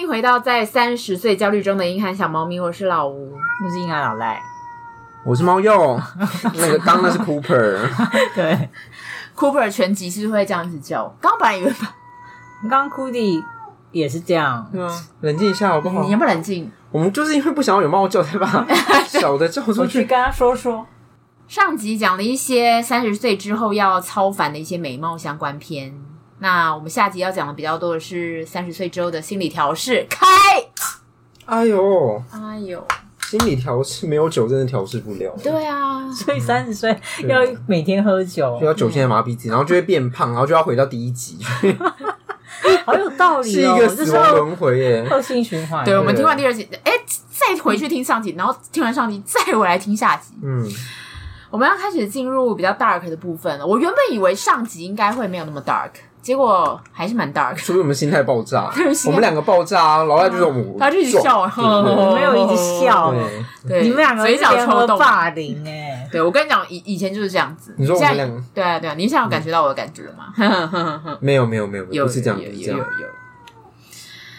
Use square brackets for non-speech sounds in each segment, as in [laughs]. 迎回到在三十岁焦虑中的英汉小猫咪，我是啊老吴。我是英汉老赖，我是 [laughs] 猫鼬，那个刚那是 Cooper，对， Cooper 全集是会这样子叫，刚本来以为刚刚 Cody 也是这样，对啊，冷静一下好不好嗯你要？不要冷静？我们就是因为不想要有猫叫，[laughs] 才把小的叫出我去去。跟他说说。上集讲了一些三十岁之后要超凡的一些美貌相关篇，那我们下集要讲的比较多的是三十岁之后的心理调试。开，哎呦，哎呦，心理调试没有酒真的调试不了，对啊， [laughs] 所嗯以三十岁要每天喝酒需，要酒精来麻痹自己，然后就会变胖，然后就要回到第一 [laughs] 集，好有道 [laughs] 理是哦一。个这死是亡恶轮回耶。恶性循环。对，我们听完第二集，哎，再回去听上集，然后听完上集再回来听下集。嗯，我们要开始进入比较 dark 的部分了。我原本以为上集应该会没有那么 dark，结果还是蛮 [laughs] dark。除非我们心态爆炸对心态，嗯我们两个爆炸啊，老赖就是我们，他就一直笑， [laughs] 撞对 [laughs] 我们有一直笑对啊对，对，你们两个嘴角联合抽动。霸凌哎，对，我跟你讲，以以前就是这样子。你说我现们在两个对啊对啊，你现在有感觉到我的感觉吗？没有没有没有， [laughs] 有不是这样，有不有是有这有样，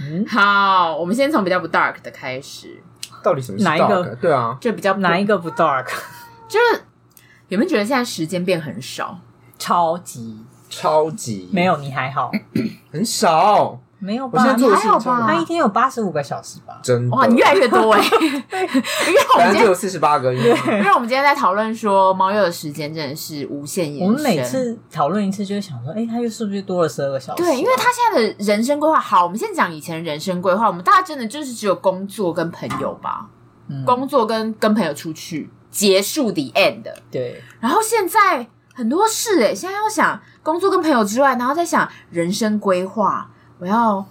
嗯，好，我们先从比较不 dark 的开始，到底什么是哪一个 dog 啊？对啊，就比较不哪一个 [laughs] 不 dark？就是有没有觉得现在时间变很少？超级超级没有，你还好，很少，没有我吧现在？做的还事情好吧超他一少，天有八十五个小时吧？真的哇，你越来越多 [laughs] 哎、因为我反们今正就天，有四十八个 [laughs] 音，因为我们今天在讨论说猫鼬的时间真的是无限延伸。我们每次讨论一次，就会想说，哎，他又是不是多了十二个小时？对，因为他现在的人生规划，好，我们先讲以前的人生规划，我们大家真的就是只有工作跟朋友吧，嗯工作跟跟朋友出去结束 the end。对然后现在很多事哎、现在要想工作跟朋友之外，然后再想人生规划，我要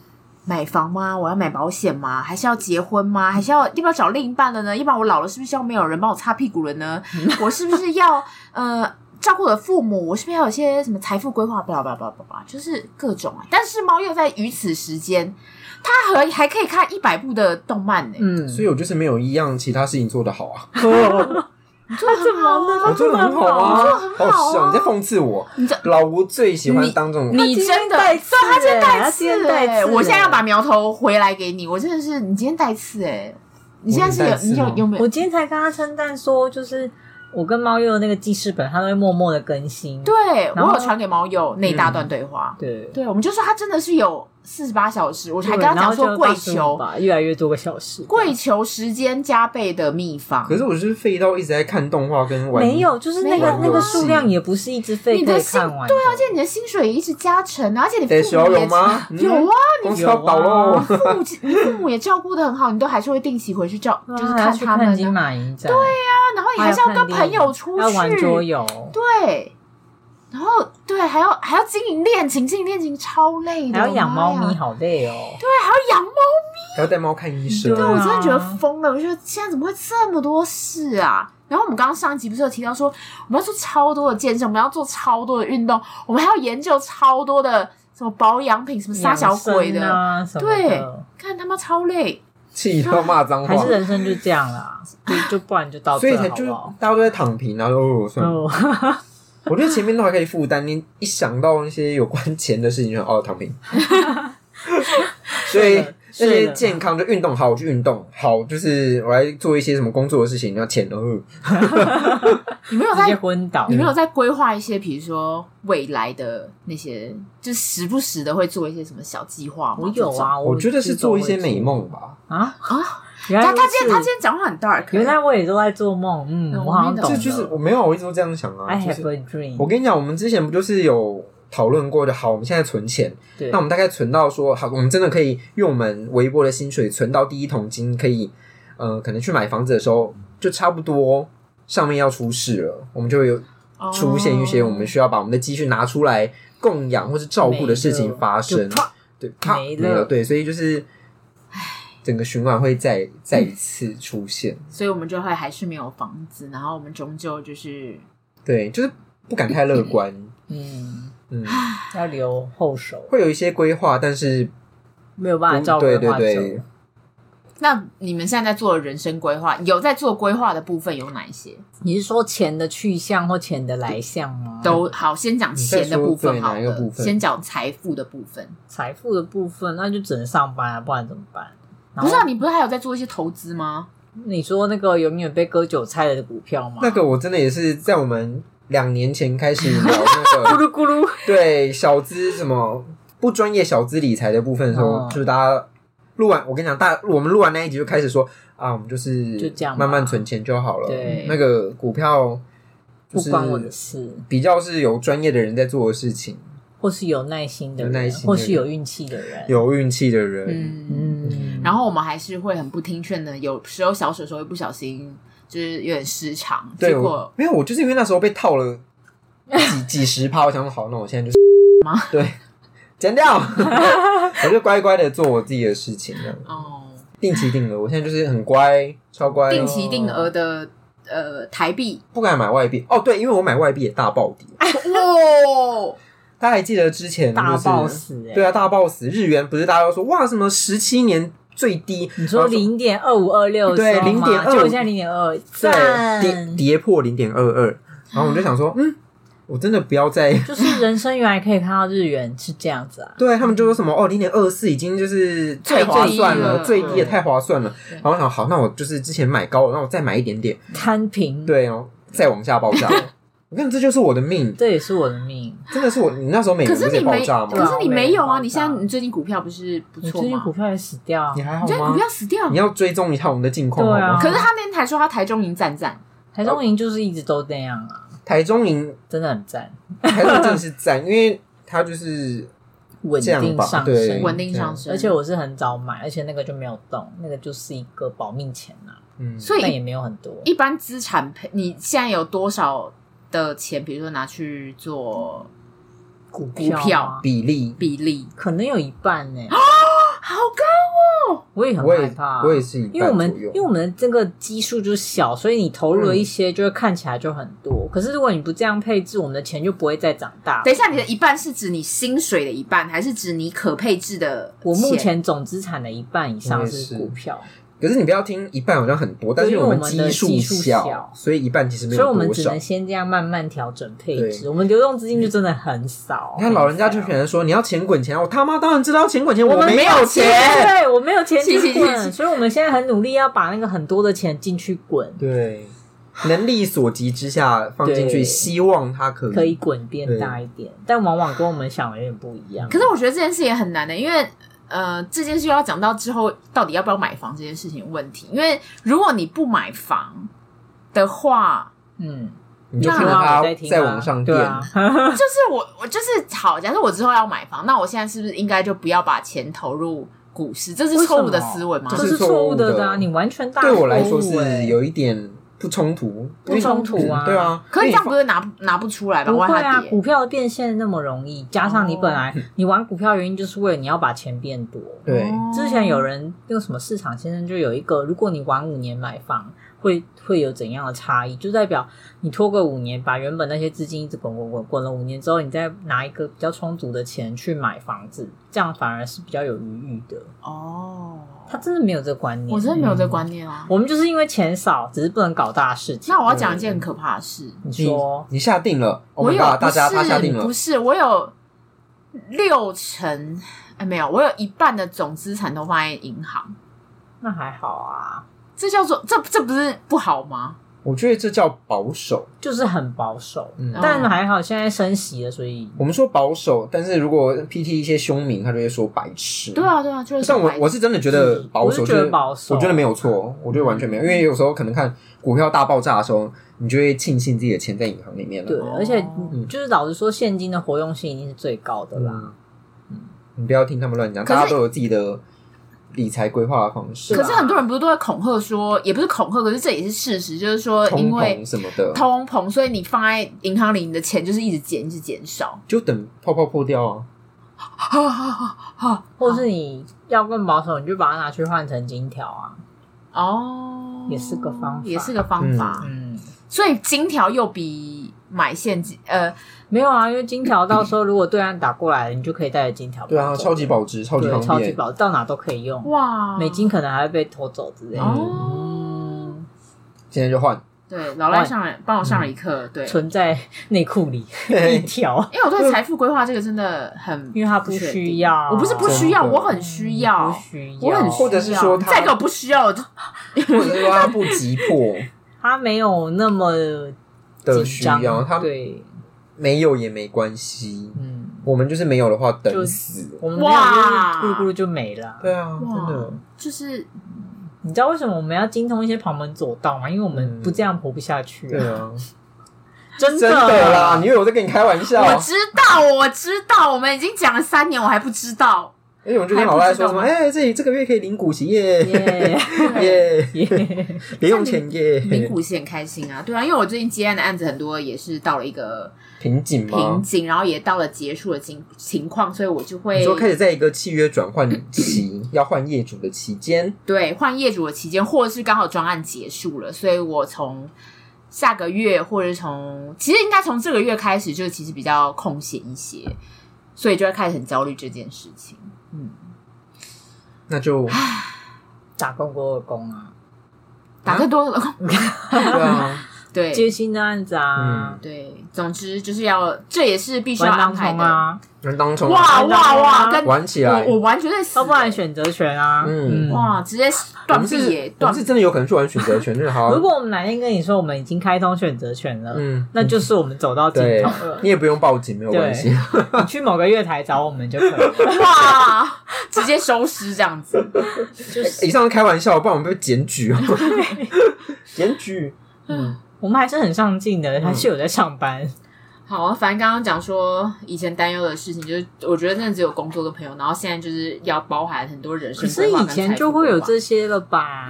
买房吗？我要买保险吗？还是要结婚吗？还是要要不要找另一半了呢？要不然我老了是不是要没有人帮我擦屁股了呢？我是不是要呃？照顾我的父母，我是不是要有些什么财富规划？巴拉巴拉巴拉巴拉，就是各种啊。但是猫又在于此时间，它还还可以看一百部的动漫呢、嗯，所以我就是没有一样其他事情做得好啊，哦你做的很好我啊，做得很好你做得啊很，好啊好笑，你在讽刺我你这。老吴最喜欢当这种你真的对，他今天带是刺欸，他今天带欸刺欸我现在要把苗头回来给你，我真的是你今天带刺哎、你现在是我有有带刺你有吗有没有我？今天才跟他称赞说，就是我跟猫鼬的那个记事本，他都会默默的更新。对然我后有传给猫友那一大嗯段对话，对，对我们就说他真的是有四十八小时，我还跟他然后讲说就跪85求吧，越来越多个小时。跪求时间加倍的秘方。可是我就是废到一直在看动画跟玩，没有，就是那没有个啊那个数量也不是一直费你可的以薪看完的。对啊，而且你的薪水也一直加成啊，而且你得父小母有也吗？嗯 [laughs] 有啊，公司要倒有喽啊！父母 [laughs] 你父母也照顾的很好，你都还是会定期回去照，对啊就是还要看去他们看啊。金马影展，对呀，然后你还是要看跟电影朋友出去，要玩桌游，对，然后对，还要还要经营恋情，经营恋情超累的，还要养猫我的妈咪，呀，好累哦。对，还要养猫咪，还要带猫看医生对，我真的啊觉得疯了。我觉得现在怎么会这么多事啊？然后我们刚刚上一集不是有提到说，我们要做超多的健身，我们要做超多的运动，我们还要研究超多的什么保养品，什么杀小鬼养生的，啊什么对的，，看他妈超累。气到骂脏还话是，人生就这样啦，就就不然就到所这以才好就是不好？大家都在躺平，然后就哦算了。哦， [laughs] 我觉得前面都还可以负担，你一想到那些有关钱的事情就哦躺平。所以那睡些了健康的运动好，我去运动好，就是我来做一些什么工作的事情，然后钱哦。你没有直接在昏倒你。没有在规划一些，比如说未来的那些，就时不时的会做一些什么小计划吗？我有这种，啊，我觉得是做一些美梦。梦吧，啊啊！原来他如他今天此他今天讲话很 dark，欸原来我也都在做梦，嗯，嗯我好像懂这了。就是我没有，我一直都这样想 I 啊。就 have 是 a dream。我跟你讲，我们之前不就是有讨论过的？好，我们现在存钱，对那我们大概存到说，好，我们真的可以用我们微薄的薪水存到第一桶金，可以，呃，可能去买房子的时候，就差不多上面要出事了，我们就有哦出现一些我们需要把我们的积蓄拿出来供养或是照顾的事情发生就啪，对，啪没了没了，对，所以就是，整个循环会再再一次出现，哦所以我们就会还是没有房子，然后我们终究就是对，就是不敢太乐 [laughs] 观，嗯，嗯，要留后手，会有一些规划，但是没有办法不照嗯规对对划走。对，那你们现在在做的人生规划，有在做规划的部分有哪一些？你是说钱的去向或钱的来向吗？都好，先讲钱的部分好嗯你在说对哪一个部了，分先讲财富的部分。财富的部分，那就只能上班啊，不然怎么办？然不后是啊，你不是还有在做一些投资吗？你说那个永远被割韭菜的股票吗？那个我真的也是在我们两年前开始聊那个 [laughs] 咕噜咕噜，对小资什么不专业小资理财的部分的时候，哦就是大家录完，我跟你讲，大我们录完那一集就开始说啊，我们就是就这样吧慢慢存钱就好了。对那个股票就不是关我的事，比较是有专业的人在做的事情，或是有耐心的人，有耐心的人或是有运气的人，有运气的人，嗯，嗯，然后我们还是会很不听劝的，有时候小手手会不小心就是有点失常，对结我果没有，我就是因为那时候被套了几 [laughs] 几十趴，我想说好，那我现在就是吗？ [laughs] 对，[laughs] 剪掉，我就乖乖的做我自己的事情，这样哦，定期定额，我现在就是很乖，超乖哦，定期定额的呃台 [laughs] 币，不敢买外币哦，对，因为我买外币也大暴跌。啊哇，大家还记得之前大就是爆死哎、对啊，大暴死日元不是大家都说哇什么十七年最低，你说然后零点二五二六，对0.25就我现在零点二，对赞，跌跌破零点二二，然后我就想啊说，嗯，我真的不要再，就是人生原来可以看到日元是这样子啊对他们就说什么哦零点二四已经就是太最划划算算了了，最低也太划算了。对然后我想好，那我就是之前买高了，那我再买一点点，摊平，，对哦，再往下爆炸。我跟你这就是我的命，这也是我的命。真的是我，你那时候美可元不是是你也爆没，炸可吗？是你没有对啊！啊你现在你最近股票不是不我错最近吗股？票也死掉啊你，还好你最近股吗？票死掉你，要追踪一下我们的近况好对啊吗？可是他那天还说他台中赢赞赞，台呃中营就是一直都那样啊，台中赢真的很赞，台中真的是赞，因为它就是稳这样定吧上对稳升。定上升，而且我是很早买，而且那个就没有动，那个就是一个保命钱啊，嗯，所但以也没有很多。一般资产配，你现在有多少的钱？比如说拿去做股股啊票比例比例，可能有一半呢、好高，我也很我害也怕啊、啊我也是一因为半我们左右因为我们这个基数就小，所以你投入了一嗯些，就会看起来就很多。可是如果你不这样配置，我们的钱就不会再长大。等一下，你的一半是指你薪水的一半，还是指你可配置的钱？我目前总资产的一半以上我也是是股票，可是你不要听一半好像很多，但是因为我我们的基基数小小，所以一半其实没所以我有们多只少能。先这样慢慢调整配置。对我们流动资金就真的很少。你看老人家就很喜少欢说你要钱滚钱啊，我他妈当然知道钱滚钱，我们没没有有钱对我没有钱谢谢谢去谢滚，所以我们现在很努力要把那个很多的钱进去滚，对，能力所及之下放进去，对希望它可以可以滚变大一点，但往往跟我们想的有点不一样。可是我觉得这件事也很难的，因为呃，这件事又要讲到之后到底要不要买房这件事情的问题。因为如果你不买房的话，嗯，你就那看着我它在听啊在往上对垫。啊，就是我我就是好，假设我之后要买房，那我现在是不是应该就不要把钱投入股市？这是错误的思维吗？为这什么是错误的这是错误啊，的你完全大对我来说错误欸是有一点不冲突，不冲突嗯啊对啊，可是这样因不为是拿不拿不出来吧？不会万啊，它跌股票的变现那么容易，加上你本来你玩股票的原因就是为了你要把钱变 [laughs] 多。你对哦之前有人那个什么市场先生就有一个，如果你晚五年买房，会会有怎样的差异？就代表你拖个五年，把原本那些资金一直滚滚滚滚了五年之后，你再拿一个比较充足的钱去买房子，这样反而是比较有余裕的。哦，他嗯真的没有这个观念，我真的没有这观念啊。我们就是因为钱少，只是不能搞大事情。那我要讲一件很可怕的事，你你说你下定了，我 oh my 有 god，大家不他是下定了不，是我有六成。哎，没有，我有一半的总资产都放在银行，那还好啊，这叫做这这不是不好吗？我觉得这叫保守。就是很保守，嗯但还好现在升息了，所以我们说保守，但是如果 PT 一些凶民，他就会说白痴。对，啊，对啊，就是但我白我是真的觉得保守，嗯我是觉得保守我觉得没有错，我觉得完全没有，因为有时候可能看股票大爆炸的时候，你就会庆幸自己的钱在银行里面了。对，哦而且就是老实说，现金的活用性一定是最高的啦。嗯，你不要听他们乱讲，可是大家都有自己的理财规划的方式，可是对啊很多人不是都会恐吓说，也不是恐吓，可是这也是事实，就是呃说通因为膨什么的，通膨，所以你放在银行里，你的钱就是一直减，一直减少。就等泡泡破掉啊。哈哈哈哈或是你要更保守，你就把它拿去换成金条啊。哦，也是个方法也是个方法。嗯，所以金条又比买现金，呃，没有啊，因为金条到时候如果对岸打过来了，你就可以带着金条跑走。对啊，超级保值，超级对，方超级便。保，到哪都可以用。哇，美金可能还会被偷走之类的。哦，现在就换，对，老赖上了帮我上了一课，对， [laughs] 嗯存在内裤 [laughs] 里一条，因为我对财富规划这个真的很，因为它不确定需要嗯我不是不需要，真的我很需要不，需要，我很需要，或者是说他再给我不需要，我就或者是说它不急迫它没有那么的紧需张要，它对，没有也没关系。嗯，我们就是没有的话，就等死。我们没有哇就是咕噜咕噜就没了。对啊，哇真的。就是你知道为什么我们要精通一些旁门左道吗？因为我们嗯不这样活不下去、对，啊，真真的啊啦！你以为我在跟你开玩笑？我而知道，我知道，我们已经讲了三年，我还不知 [laughs] 道，且哎我们就跟老赖说什么？还不知哎，这里这个月可以领股息耶，耶 [laughs] [laughs] 耶，耶！零用钱耶，领股息很开心啊，对啊，因为我最近接案的案子很多，也是到了一个瓶颈瓶吗？颈，然后也到了结束的情情况，所以我就你会说开始在一个契约转换期，要换业主的期间，对换业主的期间，或者是刚好专案结束了，所以我从下个月，或者是从其实应该从这个月开始，就其实比较空闲一些，所以就会开始很焦虑这件事情。那 [laughs] 就打工过耳工啊，打个多，对嗯啊，对接新的案子啊，对，总之就是要，这也是必须要玩安当排冲的。啊，人当冲哇玩当哇冲啊哇！跟玩起来我，我完全在死，要不然选择权啊，嗯嗯。哇，直接我断们臂耶是，我断们是真的有可能去玩选择权，真的好。啊如果我们哪天跟你说我们已经开通选择权了，嗯那就是我们走到尽对头了。你也不用报警，没有关系。 [laughs] 你去某个月台找我们就可以了。 [laughs] 哇，直接收尸这样子。 [laughs] 以上是开玩笑，不然我们被检举哦。 [laughs] 检举，我们还是很上进嗯的，还是有在上班。好啊，反正刚刚讲说以前担忧的事情，就是我觉得真的只有工作跟朋友，然后现在就是要包含很多人可生是规划以跟前财富就会规有划，这些 [coughs] 了吧？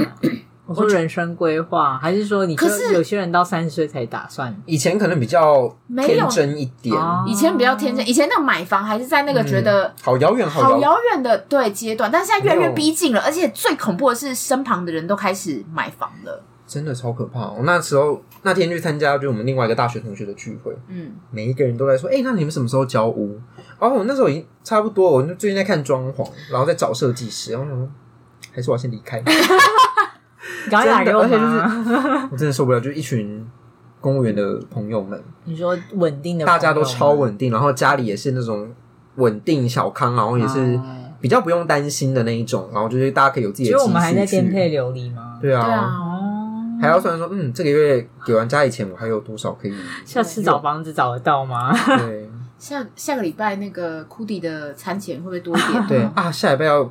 我说人生规划，还是说你就可是有些人到三十岁才打算？以前可能比较没有天真一点，哦以前比较天真，以前那种买房还是在那个觉得好遥远，嗯好好遥远。遥远的对阶段，但现在越来没越有逼近了，而且最恐怖的是身旁的人都开始买房了。真的超可怕、哦。那时候那天去参加，就是我们另外一个大学同学的聚会，嗯，每一个人都在说：“哎、那你们什么时候交屋？”哦，我那时候已经差不多，我就最近在看装潢，然后在找设计师，然后我想说还是我要先离 [laughs] 开，赶快打给我真的而们。我真的受不了，就是一群。公务员的朋友们， [laughs] 你说稳定的，大家都超，稳定，然后家里也是那种稳定小康，然后也是哦比较不用担心的那一种，然后就是大家可以有自己其的积实蓄我们还在颠沛去，流离吗？对对啊，啊，哦，还要算说，嗯，这个月给完家里钱，我还有多少 [laughs] 可以？下次找房子找得到吗？对下下个礼拜那个库迪的餐钱会不会多一点？对，啊，下礼拜要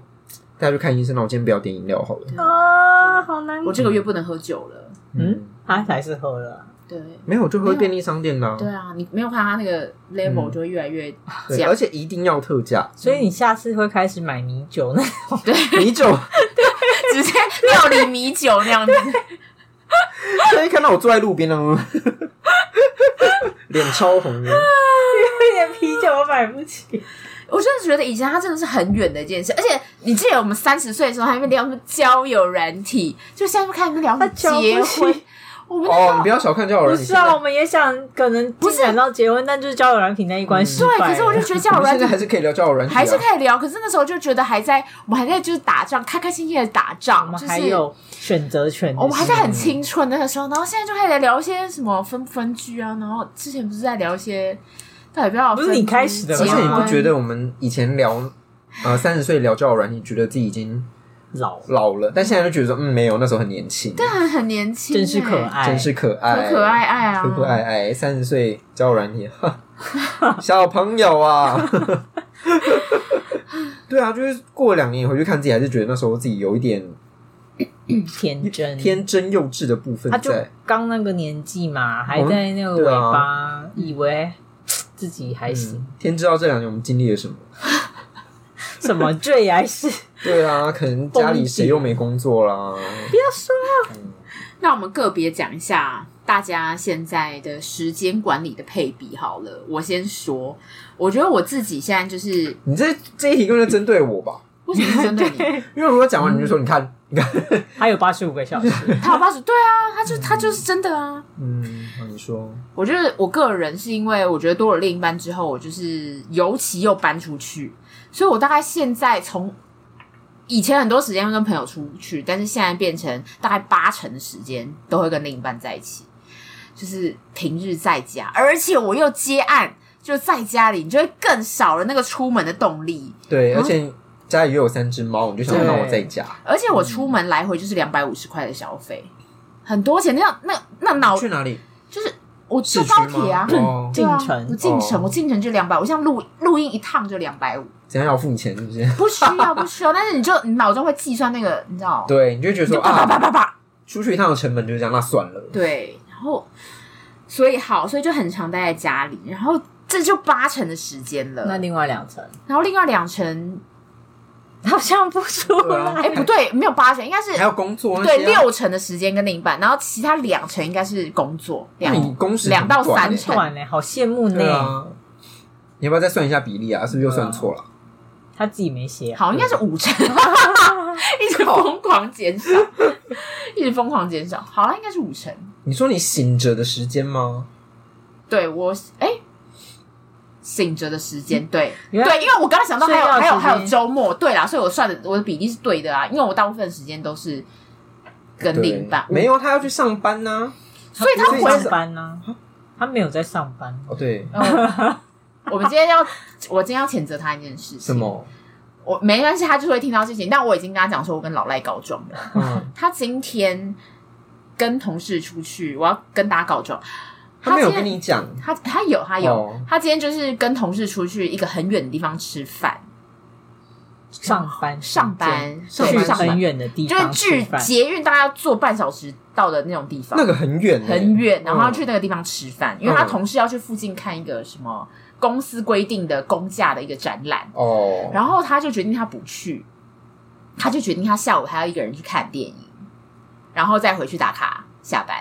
大家去看医生，那我今天不要点饮料好了。啊，好难我这个月不能喝酒了。嗯，他还是喝了啊。对没有，就喝便利商店啦、对啊，你没有看他那个 level 就会越来越 [laughs] 对，降而。且一定要特价所以你下次会开始买米酒那种，米 [laughs] 酒。直接料理米酒那样子。现在看到我坐在路边呢， [laughs] 脸超红的。 [laughs] 连啤酒都买不起。我真的觉得以前它真的是很远的一件事，而且你记得我们三十岁的时候还没聊什么交友软体，就现在就开始聊什么交不结婚起。我们哦，你不要小看交友不软是体，啊，我们也想可能不是到结婚，但就是交友软品那一关失啊 [laughs] 对，败了。可是我就觉得交现友在我们软现在还体是可以聊交友软体、啊，还是可以聊，可是那时候就觉得还在，我们还在就是打仗，开开心心的打我仗，们就是还有选择权的事，哦我们还在很青春的那个时候，然后现在就开始聊一些什么分不分居啊，然后之前不是在聊一些到底要不要不是分你居开始的吗而结且你不婚觉得我们以前聊，呃，三十岁聊交友软体，觉得自己已经老，老了，但现在就觉得说，嗯，没有，那时候很年轻，但很年轻、欸，真是可，爱，真是可爱，可可爱爱啊，可可爱爱，哎三十岁交友软体，哈小朋友啊， [laughs] 对啊，就是过了两年回去看自己，还是觉得那时候自己有一点天真。天真幼稚的部分啊他就在。刚那个年纪嘛，还在那个尾对啊巴，以为自己还行嗯，，天知道这两年我们经历了什么。 [laughs] 什么坠还是不对啊，可能家里谁又没工作啦。要说那我们个别讲一下大家现在的时间管理的配比好了。我先说，我觉得我自己现在就是 [laughs] 你这这一题根本就针对我吧？为什么是针对你？因为如果讲完你就说，你看还有八十五 [laughs] 个小时， [laughs] 他有八十，对啊，他就他就是真的啊。嗯，好你说，我觉得我个人是因为我觉得多了另一半之后，我就是尤其又搬出去，所以我大概现在从以前很多时间会跟朋友出去，但是现在变成大概八成的时间都会跟另一半在一起，就是平日在家，而且我又接案，就在家里，你就会更少了那个出门的动力，对，啊而且家里又有三只猫，你就想说对那我在家而且我出门来回就是两百五十块的消费，很多钱，那样那那脑去哪里？就是我市啊坐区高铁啊吗？。哦，对啊进城我进城，哦我进城就两百，我像录录音一趟就两百五，怎样要付钱是不是？ [laughs] 不需要不需要，但是你就你脑中会计算那个，你知道，对，你就会觉得你就说叭叭叭啊，叭叭，出去一趟的成本就是这样，那算了。对，然后所以好，所以就很常待在家里，然后这就八成的时间了，那另外两层然后另外两成，好像不出对啊来。哎不对，没有八成，应该是还要工作那些啊对，六成的时间跟另一半，然后其他两成应该是工作，那两你工时两到很短三欸成，算呢，好羡慕对呢。啊。你要不要再算一下比例啊？是不是又算错了？他自己没写啊，好，应该是五 [laughs] 成，一直疯狂减少，一直疯狂减少。好了，应该是五成。你说你醒着的时间吗？对我，哎、醒着的时间，对原对，来因为我刚刚想到还有睡觉还有时间还有周末，对啦，所以我算的我的比例是对的啊，因为我大部分时间都是跟另一半，对没有，他要去上班啊呢、所以他不是回上班呢，他没有在上班。哦，对，嗯我们今天要，我今天要谴责他一件事情。什？么？我没关系，他就会听到事情。但我已经跟他讲说，我跟老赖告状了。嗯，他今天跟同事出去，我要跟大家告状。他没有今天跟你讲，他他有他有、哦他今天就是跟同事出去一个很远的地方吃饭，上班时间上班去对上班很远的地就是方吃距饭，捷运大概要坐半小时到的那种地方，那个很远、欸，很远，然后他嗯去那个地方吃饭，因为他嗯同事要去附近看一个什么公司规定的公价的一个展览，哦，然后他就决定他不去，他就决定他下午还要一个人去看电影，然后再回去打卡下班。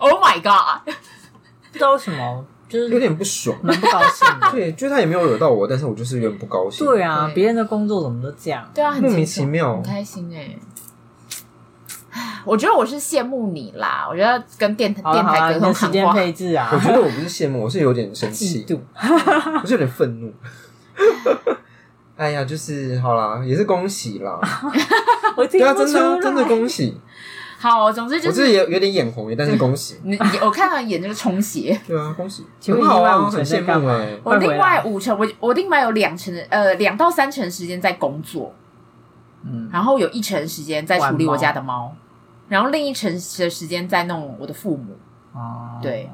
Oh my god！ [laughs] 不知道为什么，就有是点不爽。蛮不高兴 [laughs] 的。对，就是他也没有惹到我，但是我就是有点不高兴。对啊，对别人的工作怎么都这样？对啊，很莫名奇其妙很。开心哎、唉我觉得我是羡慕你啦，我觉得跟电好了电好了，台你隔的空时喊间话，配置啊我，觉得我不是羡慕，我是有点生气嫉，妒。我是有点愤怒。 [laughs] 哎呀，就是好啦，也是恭喜啦！我听对啊，不真出的啊来，真的恭喜！好，总之就 [laughs] 我自是己也有点眼红耶，但是恭喜。你你我看到你演这个充 [laughs] 血，对啊，恭喜！请问很好另外啊，五很成在羡干慕嘛哎。我另快回外来五成，我我另外有两成的呃两到三成时间在工作，嗯，然后有一成时间在处理我家的猫，然后另一成的时间在弄我的父母。哦，对，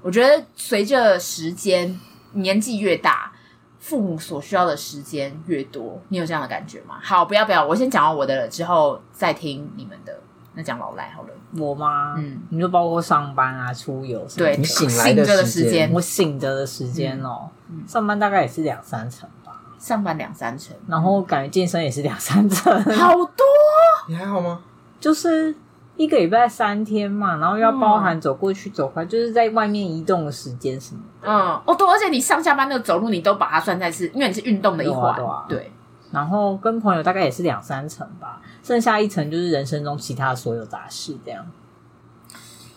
我觉得随着时间年纪越大，父母所需要的时间越多，你有这样的感觉吗？好，不要不要，我先讲完我的了，之后再听你们的。那讲老赖好了，我吗？嗯，你就包括上班啊、出游什么对，的，你醒来着的的时时间间我醒着的时间哦，嗯嗯上班大概也是两三成吧，上班两三成，然后感觉健身也是两 [laughs] 三成，好多你还好吗？就是一个礼拜三天嘛，然后要包含走过去、走回来，就是在外面移动的时间什么，嗯，哦对，而且你上下班那个走路，你都把它算在是，因为你是运动的一环，对啊对啊对，然后跟朋友大概也是两三成吧，剩下一层就是人生中其他所有杂事这样，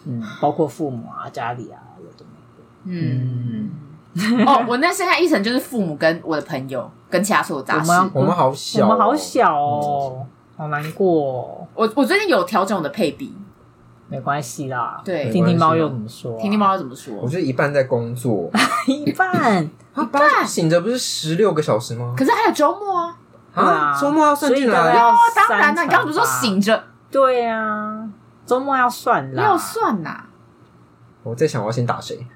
嗯，包括父母啊、家里啊，有的没的，嗯，嗯，哦，我那剩下一层就是父母跟我的朋友跟其他所有杂事。我们我们好小哦，我们好小哦，好难过、哦，我我最近有调整我的配比，没关系啦，对听听猫又怎么说、啊哦听听，猫怎么说我。就一半在工 [laughs] 作，一半。一半醒着不是十六个小时吗？可是还有周末啊，啊，周末要算进来啊。哦当然了，你刚刚不是说？醒着对啊，周末要算啦。要算呐？我在想我要先打 [laughs] 谁。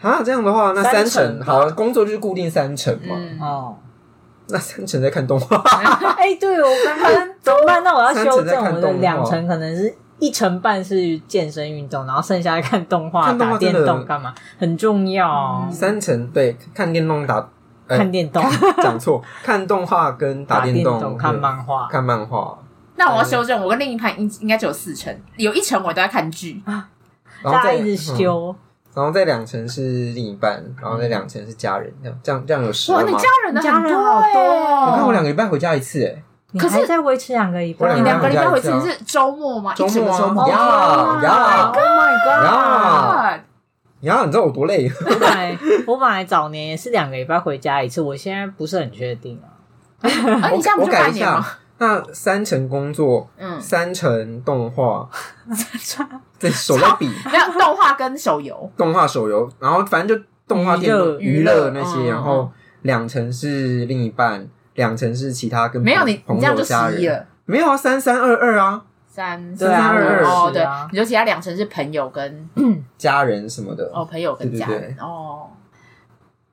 啊，这样的话，那三三成成好，工作就是固定三成嘛。嗯，哦。 [laughs] 那三成在看动 [laughs] 画，哎，对我刚刚怎么办？那我要修三层在正看我的动画两层，可能是一层半是健身运动，然后剩下看动画、看动画打电真的动干嘛，很重要哦。三成对看电动打，哎看电动、讲错， [laughs] 看动画跟打电电动、看对漫画，看漫画，那我要修正，我啊跟另一半应应该只有四成，有一成我都在看剧，然后大家再一直嗯修，然后再两成是另一半，然后再两成是家人，这样这样这样有十哇，二你吗？家人的家很人多好哎、多哦我看我两个礼拜回家一次，哎，你可是还在维持两个礼我拜，你两个礼拜回去我两个礼拜一次啊你是周末吗？哦周一整末个周啊，末。呀呀哦 Oh my 啊呀呀！你知道我多累？ god！我本来我本来早年也是两个礼拜回家一次，我现在不是很确定啊。而你现在不我是改半一年吗？下，那三成工作，嗯，三成 [laughs] 动画，对手在比没有动画跟手游，动画手游，然后反正就动画电娱乐娱乐那些，嗯然后两成是另一半，两成是其他跟没有朋你朋你这样友就家人十一了，没有啊，三三二二啊，三对啊二我哦，也是对啊，你就其他两成是朋友跟家人什么的。哦朋友跟对对家对人哦，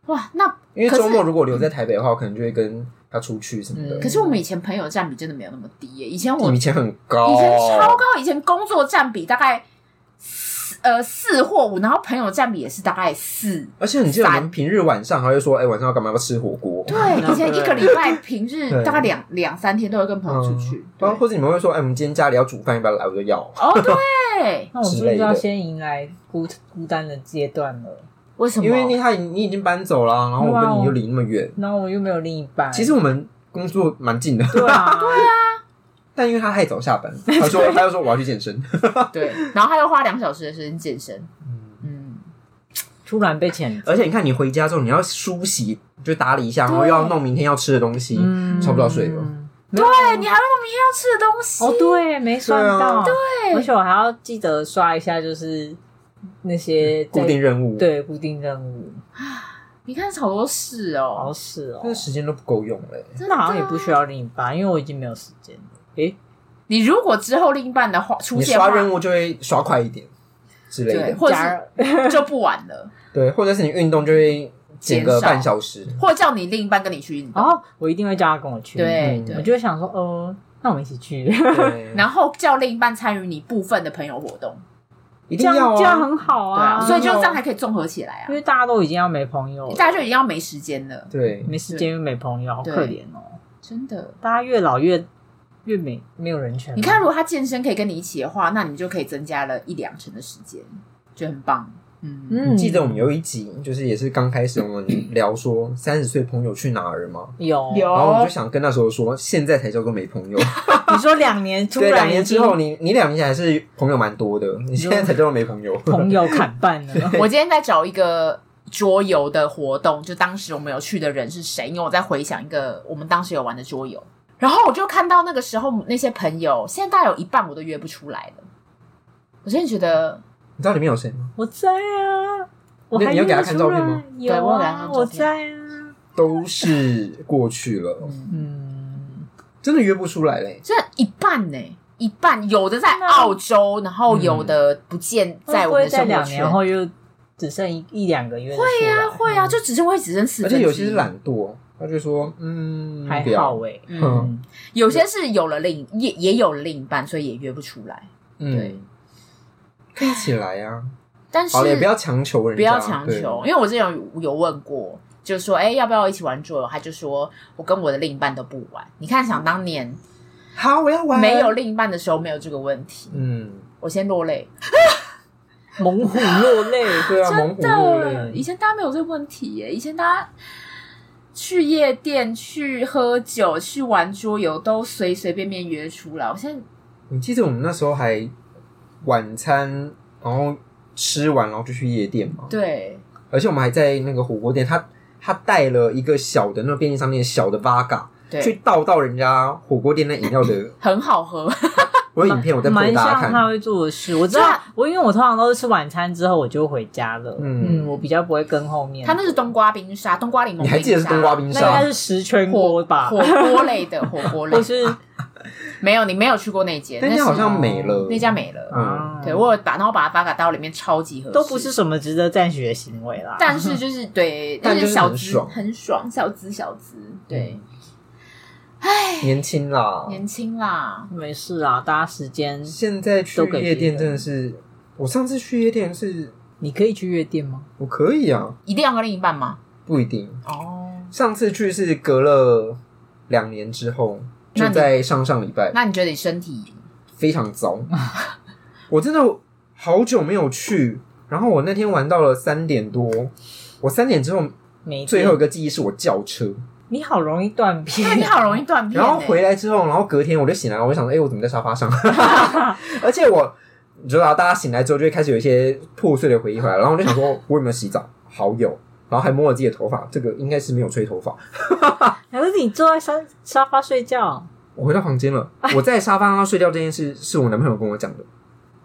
哇，那因为可是周末如果留在台北的话，我可能就会跟他出去什么的。嗯可是我们以前朋友占比真的没有那么低耶，以前我以前很高，以前超高，以前工作占比大概四呃四或五，然后朋友占比也是大概四。而且你记得我烦们平日晚上还会说，哎、晚上要干嘛？要不要吃火锅？对，以前一个礼拜平日对大概两两三天都会跟朋友嗯出去。对然嗯后或者你们会说，哎、我们今天家里要煮饭，要不要来？我就要。哦，对，那我是不是要先迎来孤孤单的阶段了？为什么？因为你他已你已经搬走哦了，啊然后我跟你又离那么远。然后我又没有另一半，其实我们工作蛮近的， [laughs] 对啊，对啊，但因为他太早下班，[laughs] 他说他就说我要去健身。对，然后他又花两小时的时间健身。嗯，突然被遣而且你看，你回家之后你要梳洗，就打理一下，然后又对要弄明天要吃的东西，嗯呃差不多要睡了。对你还有那么明天要吃的东西哦，对，没算到，对而且我还要记得刷一下，就是那些在固定任务，，对固定任务，你看好多事好哦，是哦，但是时间都不够用嘞、真的那好像也不啊需要另一半，因为我已经没有时间了。诶，你如果之后另一半的 [laughs] 话出你现的话刷任务就会刷快一点之类对，的，或者假是如就不玩了，对，或者是你运动就会减个减少半小时，或者叫你另一半跟你去运动。哦，我一定会叫他跟我去，对嗯对我，就会想说，哦，那我们一起去， [laughs] 对然后叫另一半参与你部分的朋友活动，一这定样要这样啊，很好对啊，啊，所以就这样还可以综合起来啊因，为大家都已经要没朋友了，大家就已经要没时间了，对，没时间又没朋友，好对可怜哦。真的。大家越老越越没没有人权。你看，如，果他健身可以跟你一起的话，那你们就可以增加了一两成的时间，就很棒。嗯，嗯你记得我们有一集就是也是刚开始我们聊说三十岁朋友去哪儿吗？有有然后我们就想跟那时候说，现在才叫做没朋友。你说两年 [laughs] 突对，然两年之后已经你你两年前还是朋友蛮多的，你现在才叫做没朋友。 [laughs] 朋友砍半了，我今天在找一个桌游的活动，就当时我们有去的人是谁，因为我在回想一个我们当时有玩的桌游，然后我就看到那个时候那些朋友，现在大概有一半我都约不出来了。我真的觉得你知道里面有谁吗？我在啊，我还你有给他看照片吗认得出来对有我有给他啊看，照片我在啊，都是过去了，嗯，真的约不出来嘞。这一半呢、一半有的在澳洲，然后有的不见在会我们不嗯会的在生活两年圈。后又只剩一一两个月的出会来？啊，会啊，就只剩会只剩四而分之一，且有些是懒惰，他就说嗯，还不要好，哎，嗯，嗯有些是有了另也也有了另一半，所以也约不出来。对嗯，可以起来啊。但是好了，也不要强求人不家，要强对求，因为我之前有有问过，就说哎、要不要一起玩桌游？他就说我跟我的另一半都不玩。你看，想当年好，我要玩。没有，另一半的时候没有这个问题，嗯，我先落泪，猛虎落泪， [laughs] 对啊，真猛虎落的，以泪。前大家没有这个问题耶，以前大家去夜店、去喝酒、去玩桌游都随随便便约出来。我现在你记得我们那时候还晚餐，然后吃完然后就去夜店吗？对而且我们还在那个火锅店，他他带了一个小的那个便利商店的小的 v o d a 去对，倒到人家火锅店那饮料的。很好喝，嗯我有影片，我再播给蛮大家像他看。会做的事。我知道对啊，我因为我通常都是吃晚餐之后我就回家了，嗯嗯，我比较不会跟后面。它那是冬瓜冰沙、冬瓜柠檬冰你沙，还记得是冬瓜冰那应沙？该是十全火锅吧，火锅类的火锅 [laughs] 类或，是没有，你没有去过那间，但是家好像没了，那家没了。嗯对，我有把，然后把它发卡到里面，超级合适，都不是，什么值得赞许的行为啦。但 [laughs] 是就是 [laughs] 对，但是就是小资很爽很爽，小资小资，对，年轻啦。年轻啦，没事啊，大家时间现在去都给夜别店人真的是，我上次去夜店是你可以去夜店吗？我可以啊，一定要跟另一半吗？不一定。哦，上次去是隔了两年之后，那就你在上上礼拜，那你 [laughs] 觉得你身体非常糟。我真的好久没有去，然后我那天玩到了三点多，我三点之后每最天后一个记忆是我叫车，你好容易断片那，你 [laughs] 好容易断片、然后回来之后，然后隔天我就醒来，我就想说，哎、我怎么在沙 [laughs] 发上？ [laughs] 而且我，你知道，大家醒来之后就会开始有一些破碎的回忆回来，然后我就想说，我有没有洗澡？ [laughs] 好有，然后还摸了自己的头发，这个应该是没有吹头发。可是你坐在沙沙发睡觉，啊我回到 [laughs] 房间了，我在沙发上睡觉这件事是我男朋友跟我讲的，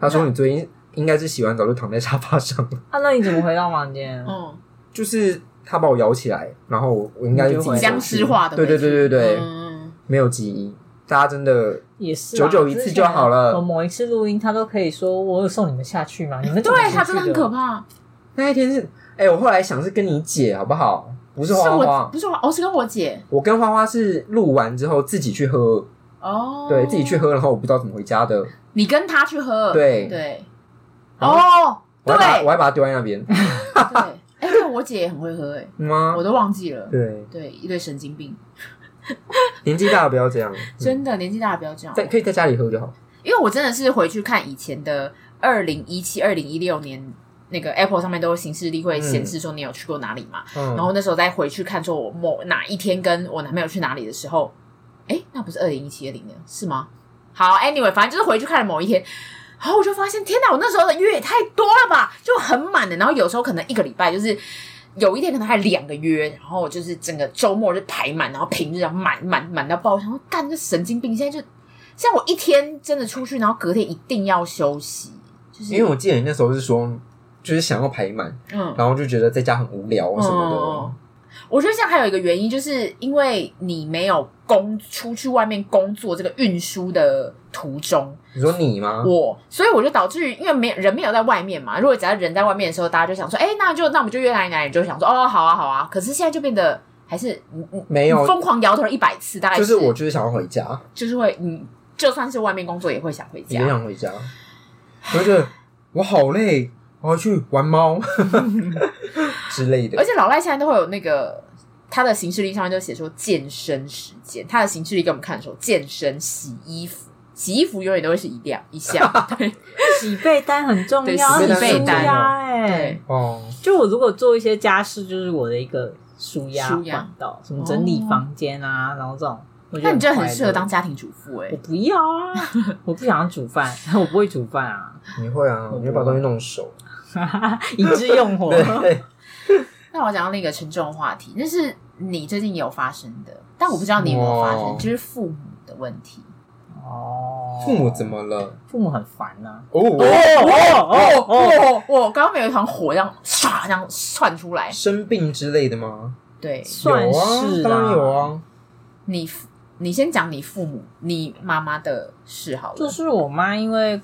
他嗯说你最近应该是洗完澡就躺在沙发上了，啊，那你怎么回到房 [laughs] 间？嗯，就是他把我摇起来，然后我我应该是自己僵尸化的对回去，对对对对，嗯没有记忆，大家真的也是啊久久一次就好了之前我某一次录音，他都可以说我有送你们下去吗？你们怎么对出他去真的很可怕。那一天是，哎、我后来想是跟你姐好不好？不是是花花我，不是我，哦，是跟我姐我跟花花是录完之后自己去喝，哦，对自己去，喝，然后我不知道怎么回家的，你跟他去喝，对对，然哦，我对还把对我，还把它丢在那 [laughs] 边哎，对我姐也很会喝，哎，吗我？都忘记了，对，对，一堆神经病，年纪大了不要这样，嗯真的年纪大了不要这样，在可以在家里喝就好。因为我真的是回去看以前的二零一七、二零一六年。那个 Apple 上面都有行事历会显示说你有去过哪里嘛，嗯，然后那时候再回去看说我某哪一天跟我男朋友去哪里的时候，哎，那不是二零一七、二零年是吗？好，anyway，反正就是回去看了某一天，然后我就发现，天哪，我那时候的约也太多了吧，就很满的。然后有时候可能一个礼拜就是有一天可能还两个约，然后就是整个周末就排满，然后平日啊满满满到爆，我想说干这神经病，现在就像我一天真的出去，然后隔天一定要休息，就是因为我记得你那时候是说，就是想要排满，嗯。然后就觉得在家很无聊啊什么的。嗯我觉得这样还有一个原因，就是因为你没有工出去外面工作这个运输的途中，你说你吗？我所以我就导致于因为没人没有在外面嘛，如果只要人在外面的时候，大家就想说，哎、那就那我们就约哪里哪里，你就想说，哦，好啊好啊。可是现在就变得还是你你没你有，疯狂摇头一百次，大概就是我就是想要回家，就是会你就算是外面工作也会想回也家，想回家。我就觉得我好累，我要去玩 [laughs] 猫之类的而。且老赖现在都会有那个他的行事历上面就写说健身时间，他的行事历给我们看的时候，健身、洗衣服。洗衣服永远都会是一辆一 [laughs] 项，对洗被单很重对要，洗很被舒单压哎对。，哦，就我如果做一些家事，就是我的一个舒压舒压哦管道，什么整理房间啊，然后这种。我觉得那你真的很快乐适合当。家庭主妇哎、我不要啊！ [laughs] 我不想要煮饭，我不会煮饭啊， [laughs] 你会啊，你会把东西弄熟。以致用火。对，那我讲到那个沉重的话题，那是你最近有发生的，但我不知道你有没有发哦生，就是父母的问题。哦，父母怎？么了？父母很烦呐。哦，哦哦哦哦哦！哦，我刚刚没有一团火这样唰这样窜出来。生病之类的吗？对算有是啊，当然有啊。啊。你父，你先讲你父母，你妈妈的事好了。就是我妈因为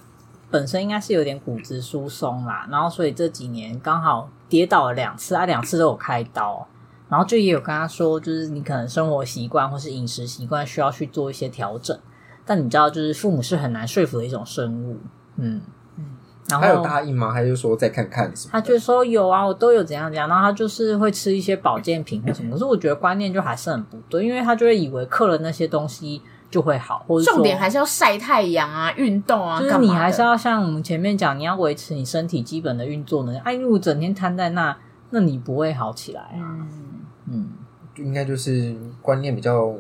本身应该是有点骨质疏松啦，然后所以这几年刚好跌倒了两次，啊，两次都有开刀，然后就也有跟她说，就是你可能生活习惯或是饮食习惯需要去做一些调整，但你知道，就是父母是很难说服的一种生物，嗯嗯，然后还有答应吗？还是说再看看什么的？他就说有啊，我都有怎样怎样，然后他就是会吃一些保健品或什么，可是我觉得观念就还是很不对，因为他就会以为嗑了那些东西就会好，或者说重点还是要晒太阳啊，运动啊，就是干你嘛的还是要像我们前面讲，你要维持你身体基本的运作能力。哎，如果整天瘫在那，那你不会好起来啊。嗯，嗯，应该就是观念比较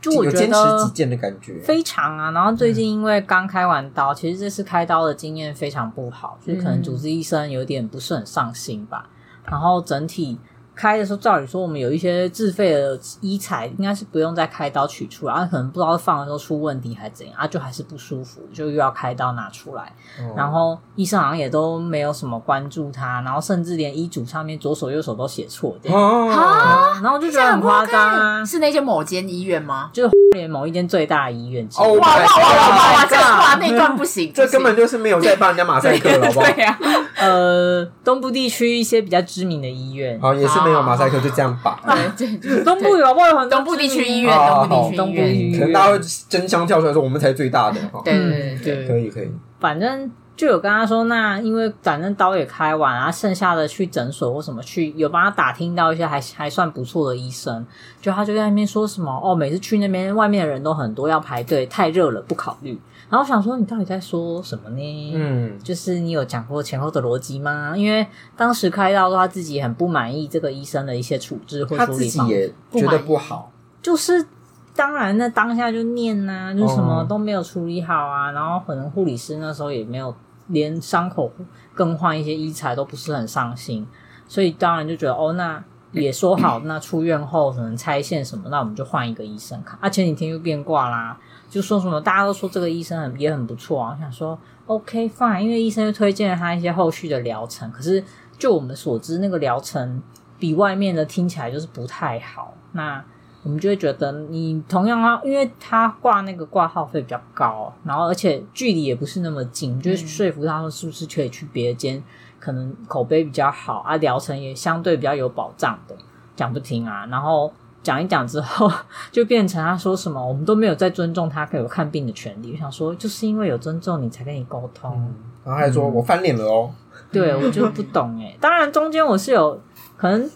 就我有觉坚持己得见的感觉。非常啊。然后最近因为刚开完刀，其实这次开刀的经验非常不好，就是可能主治医生有点不是很上心吧。然后整体开的时候，照理说我们有一些自费的医材，应该是不用再开刀取出来，啊，可能不知道放的时候出问题还是怎样，啊，就还是不舒服，就又要开刀拿出来。哦然后医生好像也都没有什么关注他，然后甚至连医嘱上面左手右手都写错这样哦，啊，然后就觉得很嗯夸张啊，是那间某间医院吗？连某一间最大的医院之类哦的我哇哇哇哇哇！ Oh my 这个哇 God 那一段不行，这不行根本啊就是没有在帮人家马赛克了，好不好？ [laughs] 对呀，呃东部地区一些比较知名的医院，好，也是没有马赛克，就这样吧。 [laughs] 对对，东部有啊，有很多东部地区医院，哦东部地东区部医地院，区医可能院，大家会争相跳出来说我们才最大的。哦对对对对嗯对可以可以，反正就有跟他说，那因为反正刀也开完，然后剩下的去诊所或什么去，有帮他打听到一些还还算不错的医生，就他就在那边说什么哦，每次去那边外面的人都很多，要排队，太热了，不考虑。然后我想说，你到底在说什么呢？嗯，就是你有讲过前后的逻辑吗？因为当时开刀说他自己很不满意这个医生的一些处置或他处自理己方法，也觉得不好，就是当然那当下就念呐、就是什么哦都没有处理好啊，然后可能护理师那时候也没有连伤口更换一些医材都不是很上心，所以当然就觉得哦那。也说好，那出院后可能拆线什么，那我们就换一个医生看。啊，前几天又变卦啦，就说什么大家都说这个医生很也很不错啊，我想说 OK fine，因为医生又推荐了他一些后续的疗程，可是就我们所知，那个疗程比外面的听起来就是不太好。那我们就会觉得你同样啊，因为他挂那个挂号费比较高，啊然后而且距离也不是那么近，就是说服他说是不是可以去别间，可能口碑比较好啊，疗程也相对比较有保障的，讲不听啊，然后。讲一讲之后， [laughs] 就变成他说什么，我们都没有在尊重他可以有看病的权利。我想说，就是因为有尊重你才跟你沟通，然后还说我翻脸了哦，对我就不懂哎、 [laughs] 当然中间我是有可能，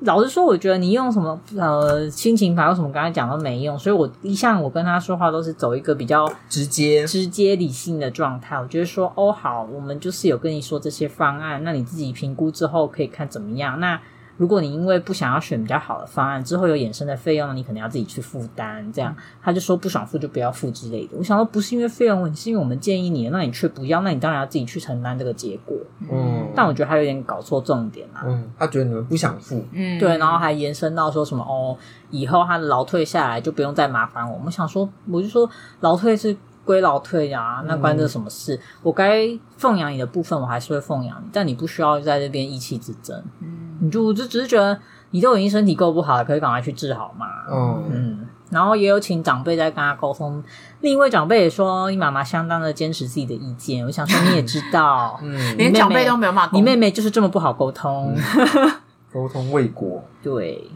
老实说，我觉得你用什么呃心情牌或什么，刚才讲都没用，所以我一向我跟他说话都是走一个比较直接直接理性的状态。我觉得说哦好，我们就是有跟你说这些方案，那你自己评估之后可以看怎么样。那如果你因为不想要选比较好的方案，之后有衍生的费用，你可能要自己去负担。这样他就说不想付就不要付之类的。我想说不是因为费用问题，是因为我们建议你，那你却不要，那你当然要自己去承担这个结果。嗯，但我觉得他有点搞错重点啊啦、嗯，他觉得你们不想付，嗯，对，然后还延伸到说什么哦，以后他的劳退下来就不用再麻烦我。我想说，我就说劳退是归劳退啊，那关这什么事？我该奉养你的部分，我还是会奉养你，但你不需要在这边意气之争。嗯你就我就只是觉得你都已经身体够不好了，可以赶快去治好嘛。嗯，，嗯，然后也有请长辈在跟他沟通。另一位长辈也说，你妈妈相当的坚持自己的意见。我想说，你也知道嗯，连长辈都没有骂过你妹妹就是这么不好沟通。 [laughs] 沟通未果，对，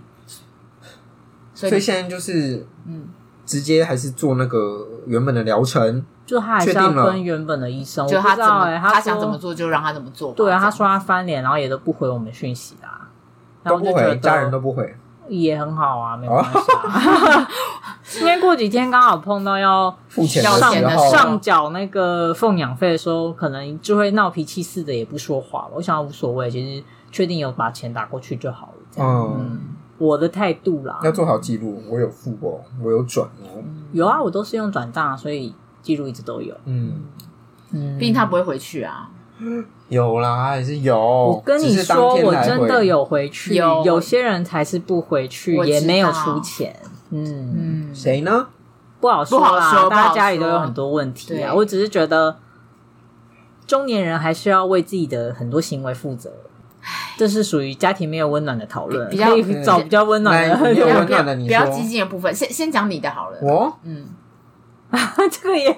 所所以以现在就是嗯，直接还是做那个原本的疗程，就他还是确要定了跟原本的医生，我就不他知怎道么哎、他他说想怎么，做就让他怎么做吧。对啊，这他样说他翻脸，然后也都不回我们讯息啦，然都后我就不觉回，家人得都不回，也很好啊，没关系、啊。 [laughs] 因为过几天刚好碰 [laughs] 到要付钱要的钱时的候，时候上缴那个奉养费的时候，可能就会闹脾气似的，也不说话了。我想无所谓，其实确定有把钱打过去就好了。这样嗯，嗯，我的态度啦，要做好记录，我有付哦，我有转哦，嗯有啊，我都是用转账，所以记录一直都有。嗯，嗯，毕竟他不会回去啊。有啦，还哦是有，我我跟你说，我真的，有回去，有有些人才是不回去，我知道也没有出钱。嗯，嗯，谁呢？不好说不好啦，说大不家好家里都有说很多问题啊。对我只是觉得，中年人还是要为自己的很多行为负责。这是属于家庭没有温暖的讨论，比比较可以找比较温暖来你的。不有要温不要暖的你不要说激进的部分，先先讲你的好了。我嗯， [laughs] 这个也，哦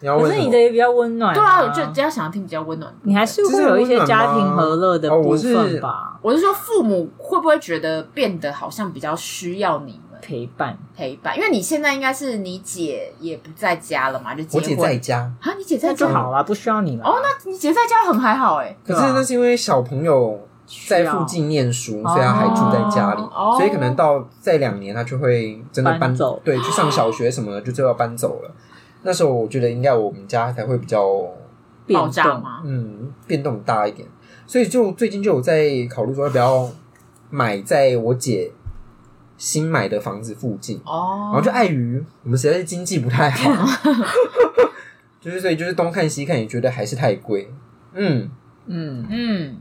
你要可问是什你么的也比较温暖、对啊，我就比较想要听比较温暖的部分。你还是会有一些家庭和乐的这是温暖吗部哦我是分吧，我是说，父母会不会觉得变得好像比较需要你们陪伴。陪伴？因为你现在应该是你姐也不在家了嘛，就结我婚姐在家，啊，你姐在那家就好啦，不需要你了。哦，那你姐在家很还好哎、可对是啊那是因为小朋友在需要附近念书，哦所以他还住在家里，哦所以可能到再两年他就会真的搬搬走对，去上小学什么的就就要搬走了。那时候我觉得应该我们家才会比较变爆炸动吗？嗯变动大一点，所以就最近就有在考虑说要不要买在我姐新买的房子附近，哦，然后就碍于我们实在是经济不太好， [laughs] 就是所以就是东看西看也觉得还是太贵，嗯，嗯，嗯，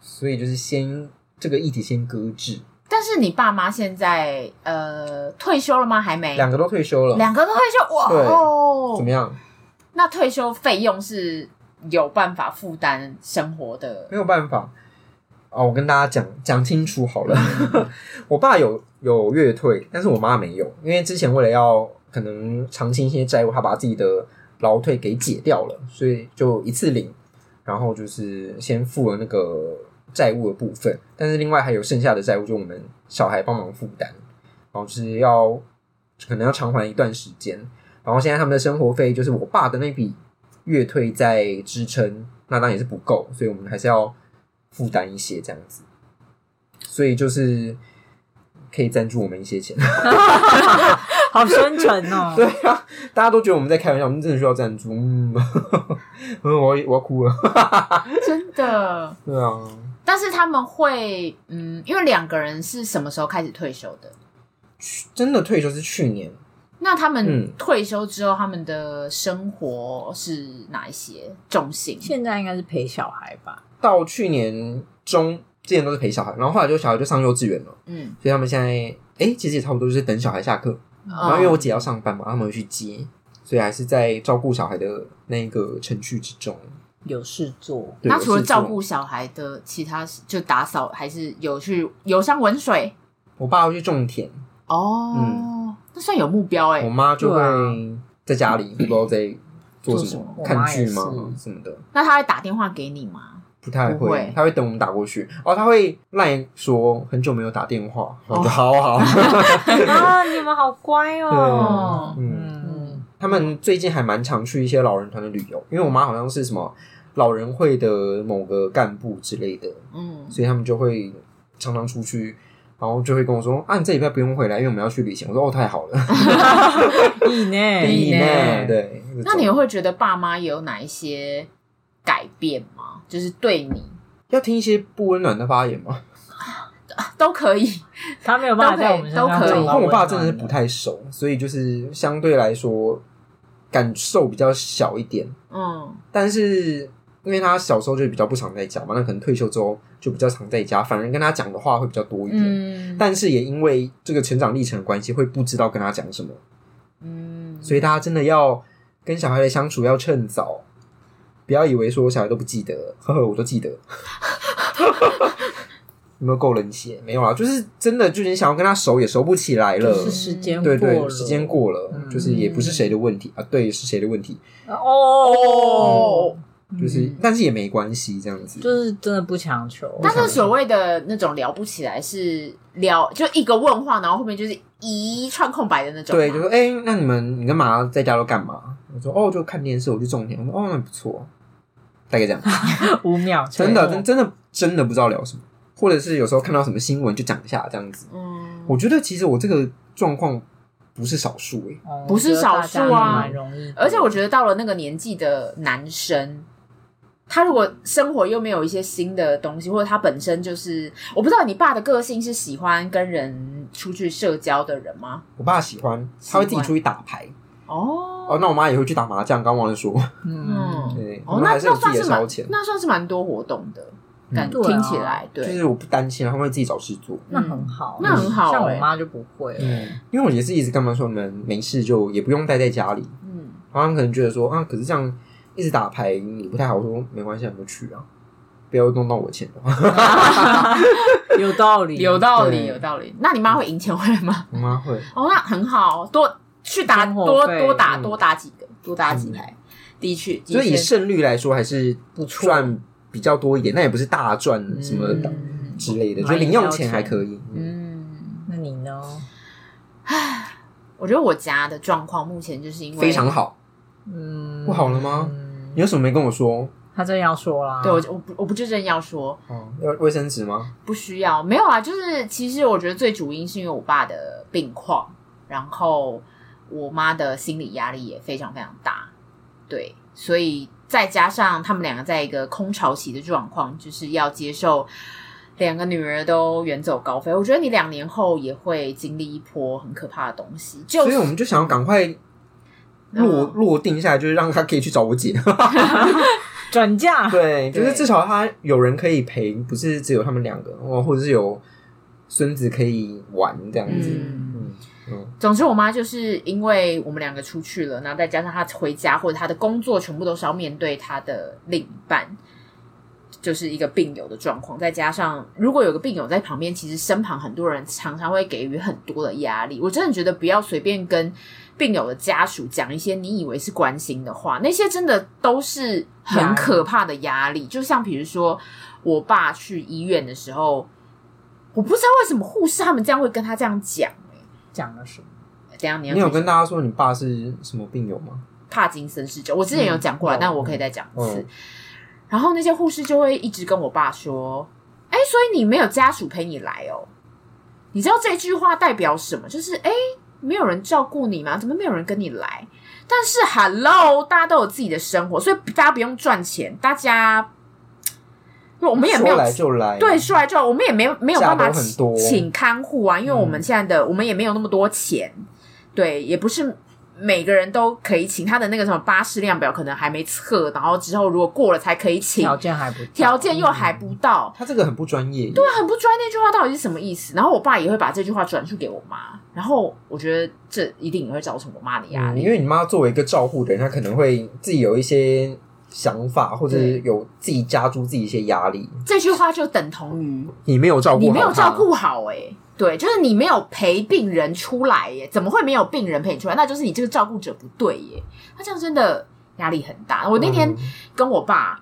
所以就是先这个议题先搁置，但是你爸妈现在呃退休了吗？还没，两个都退休了，两个都退休哇对哦，怎么样？那退休费用是有办法负担生活的没有办法哦，我跟大家讲讲清楚好了。 [laughs] 我爸有有月退，但是我妈没有，因为之前为了要可能偿清一些债务，他把自己的劳退给解掉了，所以就一次领，然后就是先付了那个债务的部分，但是另外还有剩下的债务，就我们小孩帮忙负担，然后就是要可能要偿还一段时间。然后现在他们的生活费就是我爸的那笔月退在支撑，那当然也是不够，所以我们还是要负担一些这样子。所以就是可以赞助我们一些钱。 [laughs] 好深沉哦。对啊，大家都觉得我们在开玩笑，我们真的需要赞助。嗯， [laughs] 嗯，我要我要哭了。真的。对啊，但是他们会，嗯，因为两个人是什么时候开始退休的？真的退休是去年，那他嗯们退休之后，他们的生活是哪一些重心？现在应该是陪小孩吧？到去年中之前都是陪小孩，然后后来就小孩就上幼稚园了，嗯，所以他们现在哎、其实也差不多就是等小孩下课，呃然后因为我姐要上班嘛，他们会去接，所以还是在照顾小孩的那个程序之中。有事 [laughs] 做，对那除了照，有事做顾小孩的，其他事就打扫，还是有去游山玩水我爸会去种田，哦。嗯那算有目标哎、我妈就会对啊在家里不知道在做做什什么么，我看妈也剧嘛是什么的。那他会打电话给你吗？不太不会会，他会等我们打过去，哦，他会赖说很久没有打电话，我就好好，啊，你们好乖哦。哦嗯，嗯，他们最近还蛮常去一些老人团的旅游，因为我妈好像是什么老人会的某个干部之类的，嗯，所以他们就会常常出去，然后就会跟我说啊，你这礼拜不用回来，因为我们要去旅行。我说哦，太好了，意呢，意 [laughs] 呢呢，对，种那你会觉得爸妈有哪一些改变吗？就是对你要听一些不温暖的发言吗？都可以，他没有办法在我们身上都可以找我到跟我爸温暖真的是不太熟，所以就是相对来说感受比较小一点。嗯但是因为他小时候就比较不常在家嘛，那可能退休之后就比较常在家，反而跟他讲的话会比较多一点。嗯，但是也因为这个成长历程的关系，会不知道跟他讲什么，嗯，所以大家真的要跟小孩的相处要趁早，不要以为说我小孩都不记得，呵呵，我都记得。 [laughs] 有没有够冷血？没有啊，就是真的，就是你想要跟他熟也熟不起来了。就是时间对过对，了时间过了，嗯就是也不是谁的问题啊，对，是谁的问题，嗯哦，就是、但是也没关系，这样子。就是真的不强求，但是所谓的那种聊不起来是聊就一个问话，然后后面就是一串空白的那种吗。对，就说哎、那你们你跟妈在家都干嘛？我说哦，就看电视，我去种田。我说哦，那不错，大概这样。五秒， [laughs] 真的，真真的真的不知道聊什么，或者是有时候看到什么新闻就讲一下这样子。嗯，我觉得其实我这个状况不是少数欸诶、哦不是少数啊我觉得大家蛮容易的，而且我觉得到了那个年纪的男生，他如果生活又没有一些新的东西，或者他本身就是，我不知道你爸的个性是喜欢跟人出去社交的人吗？我爸喜欢，他会自己出去打牌。哦，哦，那我妈也会去打麻将，刚忘 [laughs] 了说。嗯，对，我哦，们那还是有那自算己的是消蛮遣，嗯那算是蛮多活动的，感、对啊听起来就对，是我不担心，他们会自己找事做。那很好，那很好欸像我妈就不会，嗯，因为我也是一直跟他们说，你们没事就也不用待在家里，嗯，然后他们可能觉得说啊，可是这样一直打牌也不太好。我说没关系，我们就去啊，不要弄到我钱的 [laughs] 话。有道理，有道理，对有道理。那你妈会赢钱回来吗？我妈会，哦，那很好，多去打生活多费多打嗯多打几个，多打几台，的确，的所以以确胜率来说还是不错赚比较多一点，那也不是大赚什么的嗯之类的，嗯就零用钱还可以。嗯嗯。那你呢？我觉得我家的状况目前就是因为非常好，嗯，不好了吗嗯你有什么没跟我说？他真的要说啦，对我就我不我不就正要说哦，要卫生纸吗？不需要没有啊，就是其实我觉得最主因是因为我爸的病况，然后我妈的心理压力也非常非常大，对，所以再加上他们两个在一个空巢期的状况，就是要接受两个女儿都远走高飞，我觉得你两年后也会经历一波很可怕的东西，就所以是我们就想要赶快落落定下来，就是让他可以去找我姐。转 [laughs] 嫁，对，就是 [laughs] 对至少他有人可以陪，不是只有他们两个，哦，或者是有孙子可以玩这样子。嗯嗯嗯，总之，我妈就是因为我们两个出去了，然后再加上她回家或者她的工作，全部都是要面对她的另一半，就是一个病友的状况。再加上如果有个病友在旁边，其实身旁很多人常常会给予很多的压力。我真的觉得不要随便跟病友的家属讲一些你以为是关心的话，那些真的都是压很力可怕的压力。就像比如说，我爸去医院的时候，我不知道为什么护士他们这样会跟他这样讲、欸。讲了什么？怎样？你要你有举手跟大家说你爸是什么病友吗？帕金森氏症，我之前有讲过了，嗯但我可以再讲一次。嗯然后那些护士就会一直跟我爸说：“哎、所以你没有家属陪你来哦？你知道这句话代表什么？就是哎、没有人照顾你吗？怎么没有人跟你来？但是 Hello，大家都有自己的生活，所以大家不用赚钱，大家。”我们也没有说来就来，对，说来就来我们也没有没有办法价格很多嗯请请看护啊，因为我们现在的、我们也没有那么多钱，对，也不是每个人都可以请他的那个什么巴士量表可能还没测，然后之后如果过了才可以请条，件还不条件又嗯还不到，他这个很不专业，对，啊很不专业。那句话到底是什么意思？然后我爸也会把这句话转述给我妈，然后我觉得这一定也会造成我妈的压嗯，力。因为你妈作为一个照护的人，她可能会自己有一些想法，或者是有自己加诸自己一些压力。这句话就等同于你没有照顾，你没有照，顾好哎、对，就是你没有陪病人出来耶、怎么会没有病人陪你出来？那就是你这个照顾者不对耶、他这样真的压力很大。我那天嗯跟我爸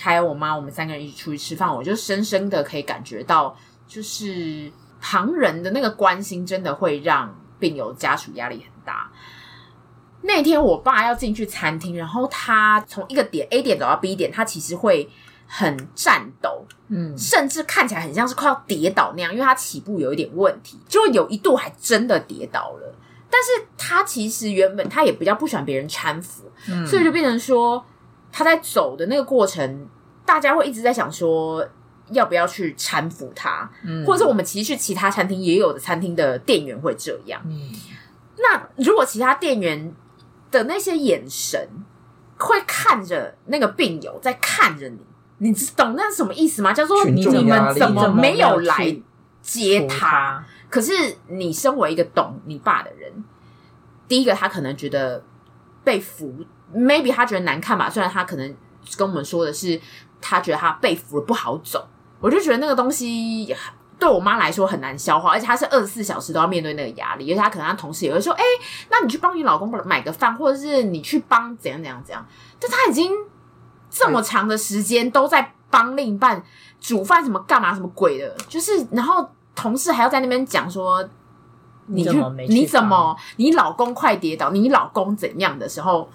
还有我妈，我们三个人一起出去吃饭，我就深深的可以感觉到，就是旁人的那个关心真的会让病友家属压力很大。那天我爸要进去餐厅，然后他从一个点 A 点走到 B 点，他其实会很颤抖，嗯甚至看起来很像是快要跌倒那样，因为他起步有一点问题，就有一度还真的跌倒了。但是他其实原本他也比较不喜欢别人搀扶，嗯，所以就变成说他在走的那个过程，大家会一直在想说要不要去搀扶他，嗯或者是我们其实去其他餐厅也有的餐厅的店员会这样。嗯那如果其他店员的那些眼神会看着那个病友在看着你，你知懂那是什么意思吗？叫做群你众们压力怎么怎么没有没有来去接扶他？可是你身为一个懂你爸的人，第一个他可能觉得被扶，maybe 他觉得难看吧。虽然他可能跟我们说的是，他觉得他被扶了不好走，我就觉得那个东西对我妈来说很难消化，而且她是二十四小时都要面对那个压力，而且她可能她同事也会说，哎、那你去帮你老公买个饭，或者是你去帮怎样怎样怎样，但她已经这么长的时间都在帮另一半煮饭，什么干嘛什么鬼的，嗯就是然后同事还要在那边讲说。你你怎去么没去你怎么你老公快跌倒，你老公怎样的时候，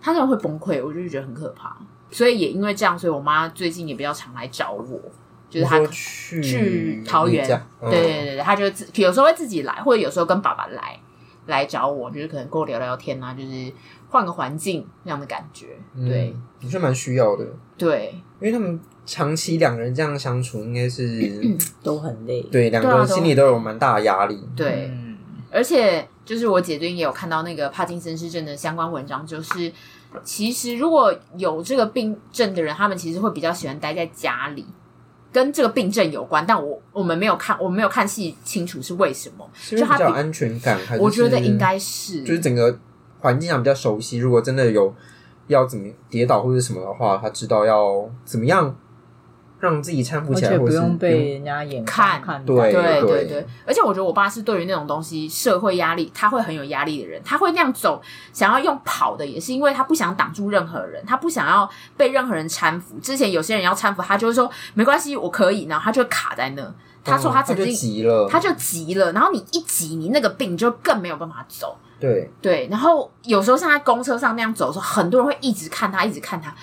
她真的会崩溃，我就觉得很可怕。所以也因为这样，所以我妈最近也比较常来找我，就是她你可说去去桃园你家，嗯对对对，对他就自有时候会自己来，或者有时候跟爸爸来来找我，就是可能跟我聊聊天啊，就是换个环境那样的感觉。对嗯，的确蛮需要的，对，因为他们长期两个人这样相处，应该是都很累，对两个对啊人对啊心里都有蛮大的压力。对，嗯而且就是我姐最近也有看到那个帕金森氏症的相关文章，就是其实如果有这个病症的人，他们其实会比较喜欢待在家里。跟这个病症有关，但我我们没有看，我们没有看细清楚是为什么。是因为就他比较有比安全感，还是我觉得应该是，就是整个环境上比较熟悉。如果真的有要怎么跌倒或者什么的话，他知道要怎么样让自己搀扶而起来，且或不者是用被人家眼光看看对对待 [laughs] 对对，而且我觉得我爸是对于那种东西社会压力，他会很有压力的人，他会那样走，想要用跑的，也是因为他不想挡住任何人，他不想要被任何人搀扶。之前有些人要搀扶，他就会说没关系，我可以，然后他就会卡在那。他说嗯他他曾就经、急了，他就急了，然后你一急，你那个病就更没有办法走。对对，然后有时候像在公车上那样走的时候，很多人会一直看他，一直看他。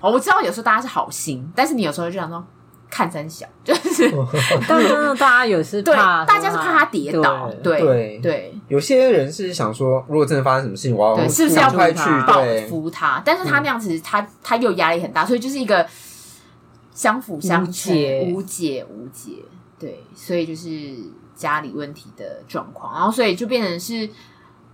哦我知道有时候大家是好心，但是你有时候就想说看三小，就是。哦但真的大家有时对，怕，啊大家是怕他跌倒，对对对有些人是想说，如果真的发生什么事情，我要对，是不是要赶哦快去他报对嗯复他？但是他那样子，他他又压力很大，所以就是一个相辅相成无解无解无解。对，所以就是家里问题的状况，然后所以就变成是，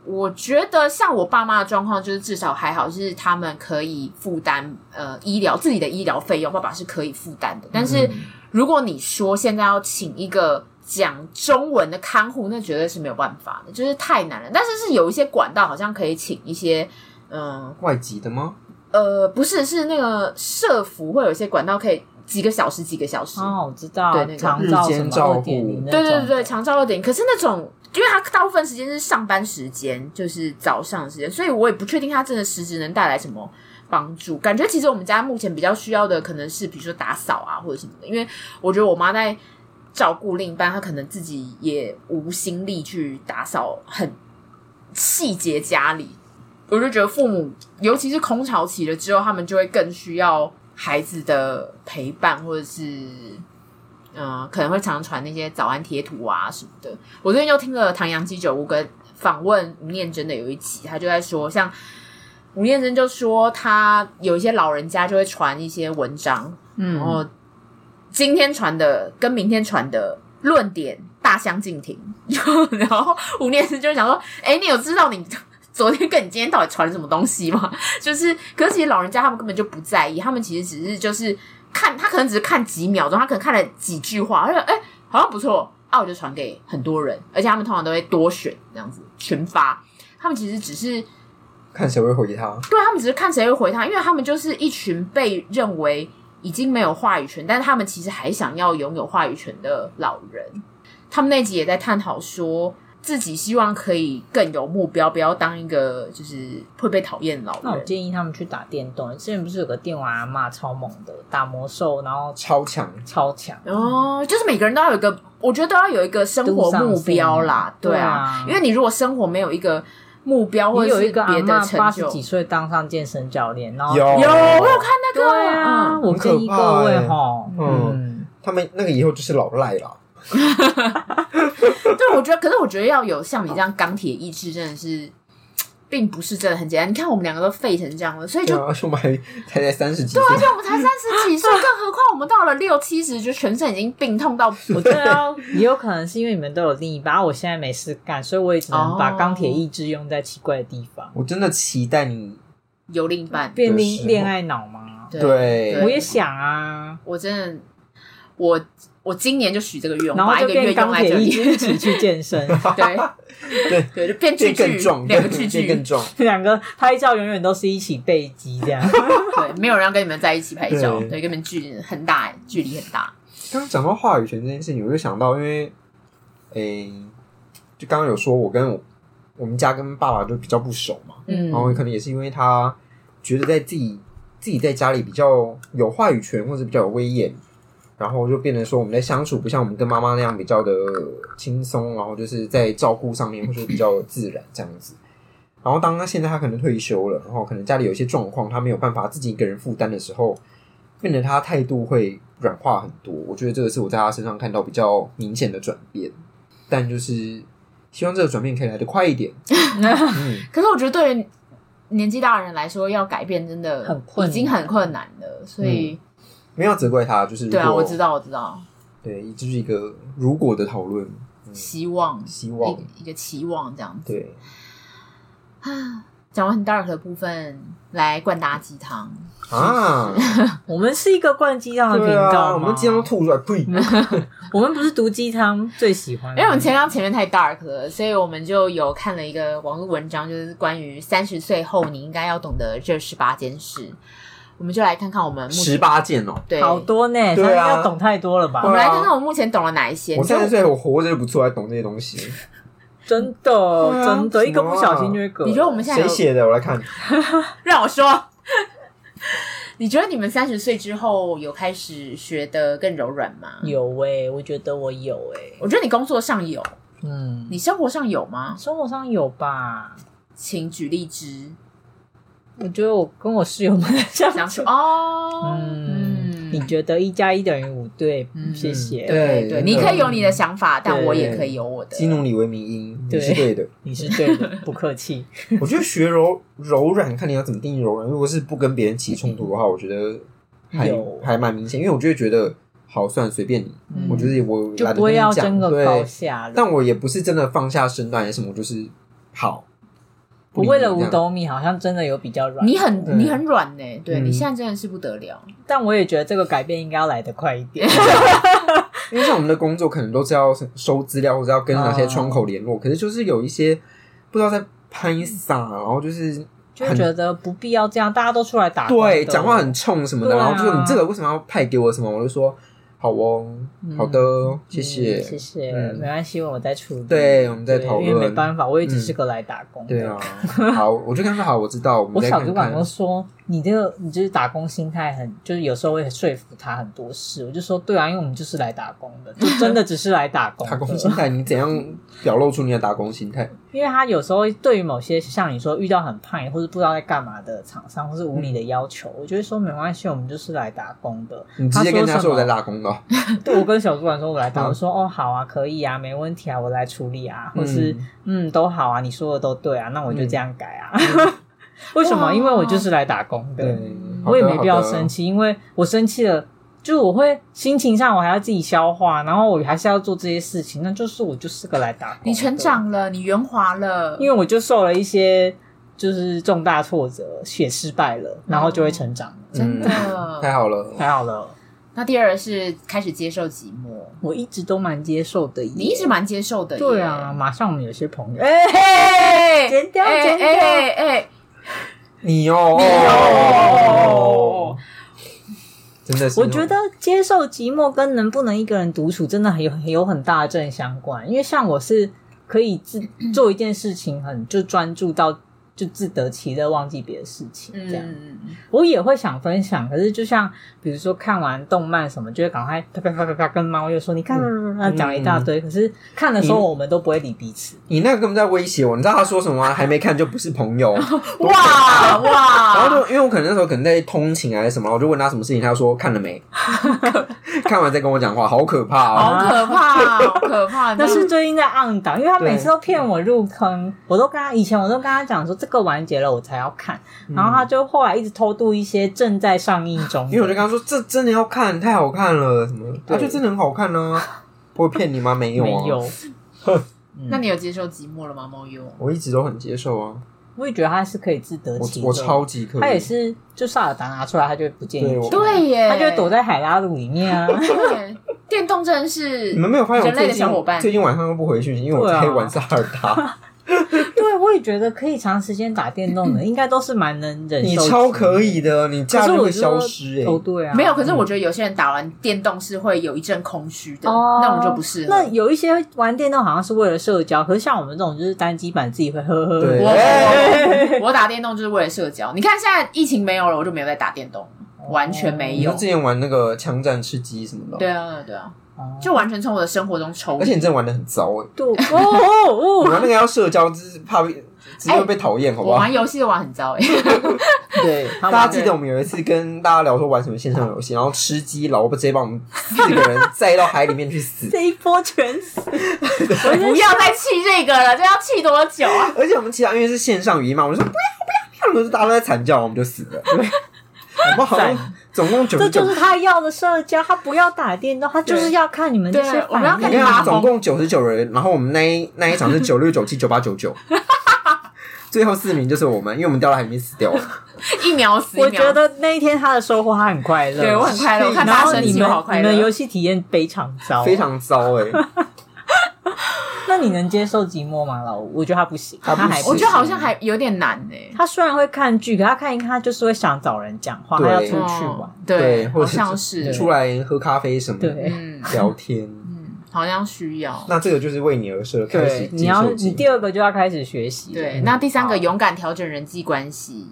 我觉得像我爸妈的状况，就是至少还好，就是他们可以负担呃医疗自己的医疗费用，爸爸是可以负担的，但是。嗯如果你说现在要请一个讲中文的看护，那绝对是没有办法的，就是太难了。但是是有一些管道好像可以请一些，嗯外籍的吗？呃，不是，是那个社服会有一些管道可以几个小时几个小时。哦，我知道，对那个长照日什间么照二护点零那对对对种对，长照二点。可是那种，因为他大部分时间是上班时间，就是早上的时间，所以我也不确定他真的实质能带来什么帮助。感觉其实我们家目前比较需要的可能是，比如说打扫啊或者什么的，因为我觉得我妈在照顾另一半，她可能自己也无心力去打扫很细节家里。我就觉得父母，尤其是空巢期了之后，他们就会更需要孩子的陪伴，或者是嗯、呃可能会常传那些早安贴图啊什么的。我最近就听了唐阳鸡酒屋跟访问吴念真的有一集，他就在说，像吴念真就说他有一些老人家就会传一些文章，嗯然后今天传的跟明天传的论点大相径庭， [laughs] 然后吴念真就想说：“哎，你有知道你 [laughs] 昨天跟你今天到底传了什么东西吗？” [laughs] 就是，可是其实老人家他们根本就不在意，他们其实只是就是看他可能只是看几秒钟，他可能看了几句话，他就哎好像不错，啊我就传给很多人，而且他们通常都会多选这样子群发，他们其实只是看谁会回他。对啊他们只是看谁会回他，因为他们就是一群被认为已经没有话语权，但是他们其实还想要拥有话语权的老人。他们那集也在探讨说，自己希望可以更有目标，不要当一个就是会被讨厌的老那我人。建议他们去打电动。之前不是有个电玩阿嬷超猛的，打魔兽然后超强，超强，哦，就是每个人都要有一个，我觉得都要有一个生活目标啦，都上对啊心对啊，因为你如果生活没有一个目标或也者有是一个阿别的嬷八成十就，几岁当上健身教练，然后有有我有看那个，对啊，嗯我建议各位哈，很可怕欸嗯，他们那个以后就是老赖啦。嗯对，我觉得，可是我觉得要有像你这样钢铁意志，真的是，并不是真的很简单。你看我们两个都废成这样了，所以对就。啊啊，而 [laughs] 且我们还才才三十几岁，而且我们才三十几岁，更何况我们到了六七十，就全身已经病痛到 [laughs] 我觉得要也有可能是因为你们都有另一半，啊我现在没事干，所以我也只能把哦钢铁意志用在奇怪的地方，我真的期待你有另一 [laughs] 半。变是恋哦恋爱脑吗？对，对我也想啊，我真的，我我今年就许这个愿，我然后把一就个月变用钢在铁这意里。志一起去 [laughs] 健身，对对 [laughs] 对，就变变巨更巨壮，， [laughs] 两个巨对变更巨，壮。两个拍照永远都是一起背肌 [laughs] 这样。对，没有人要跟你们在一起拍照，对对，跟你们距很大，距离很大。刚刚讲到话语权这件事情，我就想到，因为，诶、就刚刚有说，我跟我我们家跟爸爸就比较不熟嘛，嗯然后可能也是因为他觉得在自己自己在家里比较有话语权，或者比较有威严，然后就变成说我们在相处不像我们跟妈妈那样比较的轻松，然后就是在照顾上面会说比较自然这样子。然后当他现在他可能退休了，然后可能家里有一些状况，他没有办法自己一个人负担的时候，变得他态度会软化很多。我觉得这个是我在他身上看到比较明显的转变，但就是希望这个转变可以来得快一点。嗯，可是我觉得对于年纪大的人来说，要改变真的很困已难经很困难了。所以，没有责怪他，嗯就是如果对啊，我知，道，我知道，对，就是一个如果的讨论，希望嗯希望嗯一一个期望这样子。对，讲完很 dark 的部分，来灌大家鸡汤。啊， [laughs] 我们是一个灌鸡汤的频对道吗、啊，我们经常吐出 [laughs] 来，呸，我们不是读鸡汤最喜欢的，因哎嗯为我们前刚前面太 dark 了，所以我们就有看了一个网络文章，就是关于三十岁后你应该要懂得这十八件事。我们就来看看我们目十前八件 [laughs] 哦。对，啊好多呢，对啊他们要懂太多了吧我？们来看看我们目前懂了哪一些。我你就三十岁，我活着就不错，还懂这些东西。真的、啊真的，一个不小心就会嗝。你觉得我们现在有谁写的？我来 [laughs] 看。让我说， [laughs] 你觉得你们三十岁之后有开始学得更柔软吗？有哎、我觉得我有哎、我觉得你工作上有，嗯，你生活上有吗？生活上有吧？请举例之，我觉得我跟我室友们相想处说，哦，嗯，你觉得一加一等于五？对，嗯谢谢。对对，你可以有你的想法，但对我也可以有我的。基努里维迷因，你对是对的。你是对的，不客 [laughs] 气。我觉得学柔柔软，看你要怎么定义柔软。如果是不跟别人起冲突的话，我觉得还有还蛮明显，因为我就会觉得好算随便你。嗯我觉得我就懒得不会跟要你争讲，个高对，下了。但我也不是真的放下身段，还是什么，我就是好。不我理为你了五这样，斗米，好像真的有比较软。你很对你很软呢、对、嗯哦你现在真的是不得了。但我也觉得这个改变应该要来得快一点。因为像我们的工作可能都是要收资料，或者要跟哪些窗口联络，可是就是有一些不知道在拍啥，然后就是 [laughs] 就觉得不必要这样，大家都出来打工的对讲话很冲什么的，对啊然后就说你这个为什么要派给我什么，我就说好哦，好的，谢谢，嗯谢谢，嗯没关系，我在处理。对我们在讨论嗯啊因为没办法，我也只是个来打工的。对啊，好，我就跟他说好，我知道，我们我再小看主管 [laughs] 看都。说，你这个你就是打工心态很，就是有时候会说服他很多事。我就说对啊，因为我们就是来打工的，就真的只是来打工 [laughs] 的。打工心态，你怎样表露出你的打工心态？因为他有时候对于某些像你说遇到很胖或是不知道在干嘛的厂商或是无理嗯的要求，我就会说没关系，我们就是来打工的。你直接跟人家他说我说在什么？打工的哦，对，我跟小主管说我来打工，嗯我说哦好啊，可以啊，没问题啊，我来处理啊，或是嗯都好啊，你说的都对啊，那我嗯就这样改啊。 [laughs] 为什哇么？因为我就是来打工的。对，嗯好的我也没必要好的生气，因为我生气了，就我会心情上我还要自己消化，然后我还是要做这些事情，那就是我就是个来打工。你成，长了，你圆滑了，因为我就受了一些就是重大挫折，也失败哦了，然后就会成长。真嗯太 [laughs] 的。好了，还好了，那第二是开始接受寂寞，我一直都蛮接受的耶，你一直蛮接受的耶。对啊，马上我们有些朋友，哎、哎，剪掉哎剪掉哎哎，你哦，哦真的是，我觉得接受寂寞跟能不能一个人独处真的很有有很大的正相关，因为像我是可以自做一件事情很就专注到就自得其乐，忘记别的事情这样。嗯，我也会想分享，可是就像比如说看完动漫什么，就会赶快啪啪啪啪啪跟猫又说你看，啪啪啪讲一大堆。可是看的时候我们都不会理彼此，你那个根本在威胁我，你知道他说什么吗？还没看就不是朋 [laughs] 友。哇然哇，后就因为我可能那时候可能在通勤啊还是什么，我就问他什么事情，他就说看了 [laughs] 没，看完再跟我讲话，好可怕哦！好可怕，好可怕， [laughs] 那嗯是最近在暗档，因为他对每次都骗我入坑，我都跟他以前我都跟他讲说这个完结了我才要看，嗯然后他就后来一直偷渡一些正在上映中的， [laughs] 因为我就跟他说这真的要看，太好看了，什么，他对就真的很好看呢、我有骗你吗？没有、啊，没有，那你有接受寂寞了吗？ [laughs] 猫优，我一直都很接受啊，我也觉得他是可以自得我其乐，我超级可以，他也是就萨尔达拿出来他就不介对意我，对耶，他就会躲在海拉鲁里 [laughs] 面啊，对。电动真的是你们没有发现我人类最的近小伙伴最近晚上都不回讯息，因为我对啊在玩塞尔 [laughs] 达，对我也觉得可以长时间打电动的，应该都是蛮能忍受，你超可，以的，你可假是日我会觉消得失哎、哦对啊，没有，可是我觉得有些人打完电动是会有一阵空虚的，哦那我们就不是那有一些玩电动好像是为了社交，可是像我们这种就是单机版自己会呵呵呵。对我哎我打电动就是为了社交。你看现在疫情没有了，我就没有在打电动了，哦完全没你有说。之前玩那个枪战吃鸡什么的，对啊，对啊，哦就完全从我的生活中抽而且离。你真的玩的很糟哎、 [laughs] 对哦哦我哦，们那个要社交，就是怕被直接会被讨厌，好不哎我好？玩游戏都玩很糟哎、 [laughs] 对，他大家玩，记得我们有一次跟大家聊说玩什么线上游戏，然后吃鸡，老婆直接把我们四个人载到海里面去死 [laughs] 这一波全死，我不是要再气这个了，这要气多久啊？而且我们其他因为是线上语音嘛，我们说不要不要不要，然后大家都在惨叫，我们就死 [laughs] 了。对，我们好像总共九这十九就，是他要的社交，他不要打电动，他就是要看你们这些对我们要 [laughs] 反你看应。啊你看发总疯共九十九人，然后我们那一那一场是九六九七九八九 [laughs] 九，最后四名就是我们，因为我们掉到海里面死掉了。一秒死，我一秒死觉得那一天他的收获，他很快乐。对我很快乐，我看然大家后生你气们我好快你们游乐。戏体验非常糟，非。常糟哎、那你能接受寂寞吗，老吴？我觉得他不行，他他不还行我不觉得好像还有点难哎、他虽然会看剧，可他看一看，他就是会想找人讲话，他对要出去哦玩。对，对或好者是像是出来喝咖啡什么的对嗯聊天，嗯，好像需要。那这个就是为你而设，开始对，你接要受你寂第寞。二个就要开始学习了。对，那第三个好勇敢调整人际关系，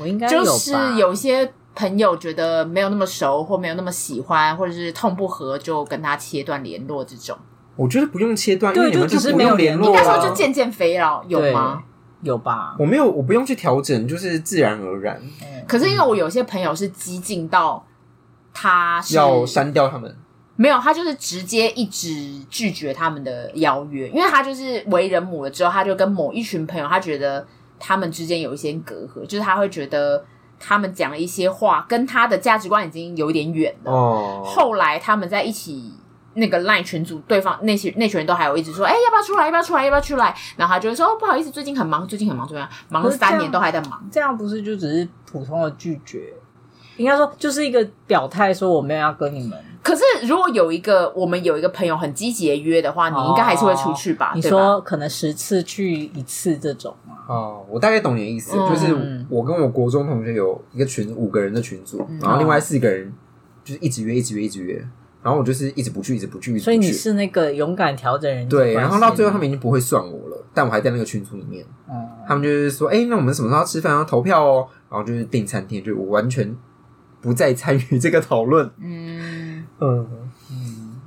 我应该有就吧是有些朋友觉得没有那么熟，或没有那么喜欢，或者是痛不合，就跟他切断联络这种。我觉得不用切断，因对为你们就只是不没有用联联络、络啊。那时候就渐渐肥了，有吗？有吧？我没有，我不用去调整，就是自然而然嗯可是因为我有些朋友是激进到他是要删掉他们。没有，他就是直接一直拒绝他们的邀约，因为他就是为人母了之后，他就跟某一群朋友，他觉得他们之间有一些隔阂，就是他会觉得他们讲了一些话跟他的价值观已经有一点远了。哦，后来他们在一起那个赖群组，对方那些那群人都还有一直说，哎、要不要出来？要不要出来？要不要出来？然后他就会说，哦，不好意思，最近很忙，最近很忙，最近很忙忙了可是这样三年都还在忙。这样不是就只是普通的拒绝？应该说就是一个表态，说我没有要跟你们。可是如果有一个我们有一个朋友很积极的约的话，你应该还是会出去吧？哦你对吧说可能十次去一次这种吗？哦，我大概懂你的意思，嗯就是我跟我国中嗯哦同学有一个群，五个人的群组，然后另外四个人就是一直约，一直约，一直约，然后我就是一直不去，一直不去，一直不去所以你是那个勇敢调整人际对，关然后系到最后他们已经不会算我了，但我还在那个群组里面，嗯他们就是说，哎、那我们什么时候要吃饭要投票哦，然后就是订餐厅，就我完全不再参与这个讨论，嗯，嗯，嗯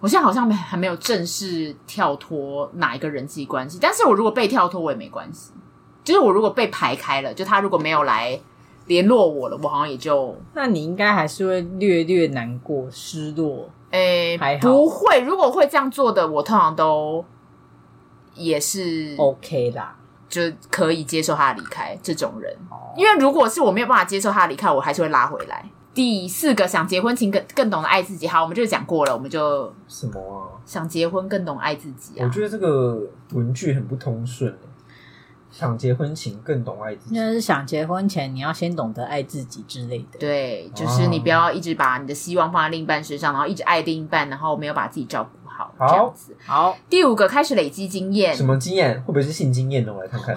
我现在好像没还没有正式跳脱哪一个人际关系，但是我如果被跳脱，我也没关系。就是我如果被排开了，就他如果没有来联络我了，我好像也就那你应该还是会略略难过、失落。诶、还好不会。如果会这样做的，我通常都也是 OK 啦，就可以接受他的离开这种人，哦因为如果是我没有办法接受他的离开，我还是会拉回来。第四个，想结婚，请更更懂得爱自己。好，我们就讲过了，我们就什么啊？想结婚，更懂爱自己啊。得这个文句很不通顺，欸想结婚请更懂爱自应该是想结婚前你要先懂得爱自己之类的。对，就是你不要一直把你的希望放在另一半身上，然后一直爱另一半，然后没有把自己照顾好，好这样子。好，第五个，开始累积经验，么经验？会不会是性经验呢？我来看看。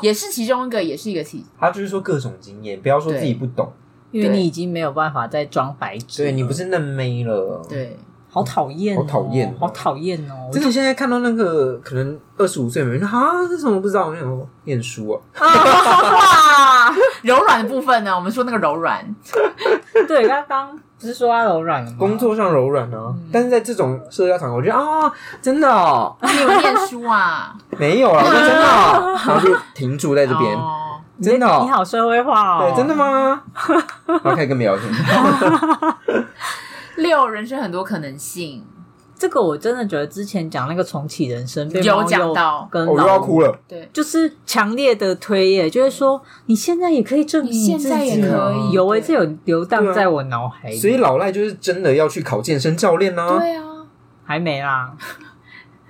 也是其中一个，也是一个体。他就是说各种经验，不要说自己不懂，因为对你已经没有办法再装白纸所了，以你不是嫩妹了。，对，好讨厌哦、好讨厌哦好讨厌哦！真的现在看到那个可能二十五岁的人，啊，这什么不知道？我那种念书啊，哇， [laughs] 柔软的部分呢？我们说那个柔软，对，刚刚不是说他柔软了吗？工作上柔软啊，但是在这种社交场合，我觉得啊，真的哦，你有念书啊？没有了，我说真的哦，然后就停住在这边，哦真的你哦，好社会化哦，对，真的？吗？然后开始跟别人聊天，六人生很多可能性，这个我真的觉得之前讲那个重启人生被有猫讲鼬到跟哦我又老要虎哭了。对，就是强烈的推耶，就是说你现在也可以证明你现自在也己啊可以有哎，对这有流对荡啊在我脑海里，所以老赖就是真的要去考健身教练呢、对啊，还没 [laughs] 啦。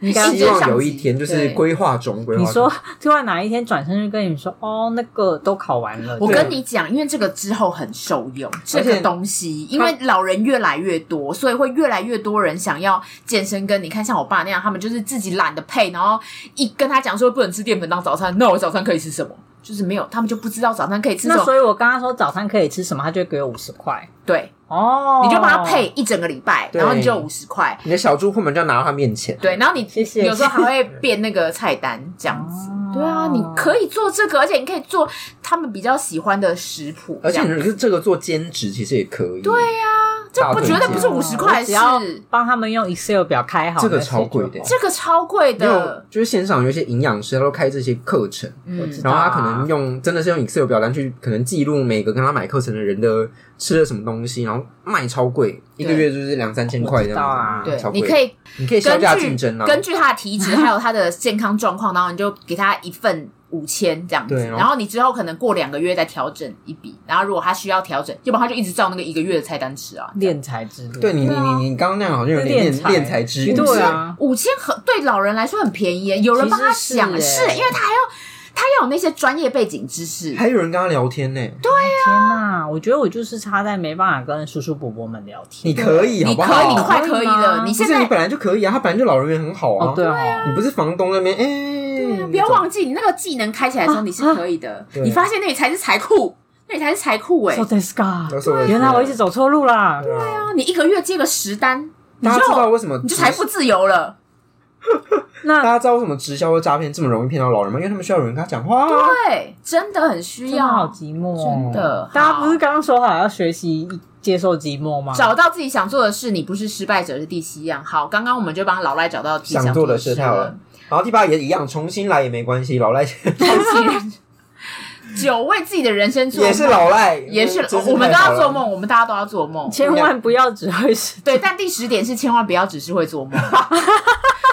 你啊希望有一天就是规划中，规划你中。说突然哪一天转身就跟你说哦，那个都考完了，我对跟你讲，因为这个之后很受用，这而个且东西，因为老人越来越多，所以会越来越多人想要健身跟你看像我爸那样，他们就是自己懒得配，然后一跟他讲说不能吃淀粉当早餐，那 [laughs] 我早餐可以吃什么？就是没有，他们就不知道早餐可以吃什那么。所以我跟他说早餐可以吃什么，他就会给我五十块对，哦，你就帮他配一整个礼拜，对然后你就五十块。你的小猪后门就要拿到他面前，对，然后你谢谢有时候还会变那个菜单这样子。哦对啊，你可以做这个，而且你可以做他们比较喜欢的食谱，而且这样你这个做兼职其实也可以。对呀、这不绝对大不推是荐五十块我的只要事，帮他们用 Excel 表开好，这个超贵的这个超贵因为我的，就是线上有一些营养师，他都开这些课程，嗯知道然后他可能用真的是用 Excel 表单去可能记录每个跟他买课程的人的吃了什么东西，然后卖超贵，一个月就是两三千块这样子。我知道啊对超，贵。你可以你可以削根价据竞争啊，根据他的体脂还有他的健康状况，然后你就给他一份五千这样子，对然后然后你之后可能过两个月再调整一笔，然后如果他需要调整，要不然他就一直照那个一个月的菜单吃啊。练才之路，对你你你你刚刚那样好像有点练练才练才之欲，对啊，五千很对老人来说很便宜耶，有人帮他其实是想，耶是因为他还要他要有那些专业背景知识，还有人跟他聊天呢、天哪！我觉得我就是差在没办法跟叔叔伯伯们聊你天。可以好你不可好？以，你快可以可以了，吗你不现是在你本来就可以啊，他本来就老人缘很好啊。哦，对哦，你不是房东那边哎、啊不要忘记，你那个技能开起来的时啊候你是可以的，啊对你发现那里才是财库，那里才是财库哎 So。this 那时候 guy，也是原来我一直走错路啦。啊对啊。啊你一个月接个十单，你大家知道就为什么你就财富自由了。大那家知道为什么直销和诈骗这么容易骗到老人吗？因为他们需要有人跟他讲话啊。嗯对，真的很需真的好要，寂寞真哦，的。大家不是好刚刚说好要学习接受寂寞吗？找到自己想做的事，你不是失败者是第七样。好，刚刚我们就帮老赖找到自己想做做的事事太好了。然后第八也一样，重新来也没关系，[laughs] 老赖九为自己的人生做也是老赖，也是真我们都太要好了做。梦，我们大家都要做梦。千万不要只会是对，但第十点是千万不要只是会做 [laughs] 梦。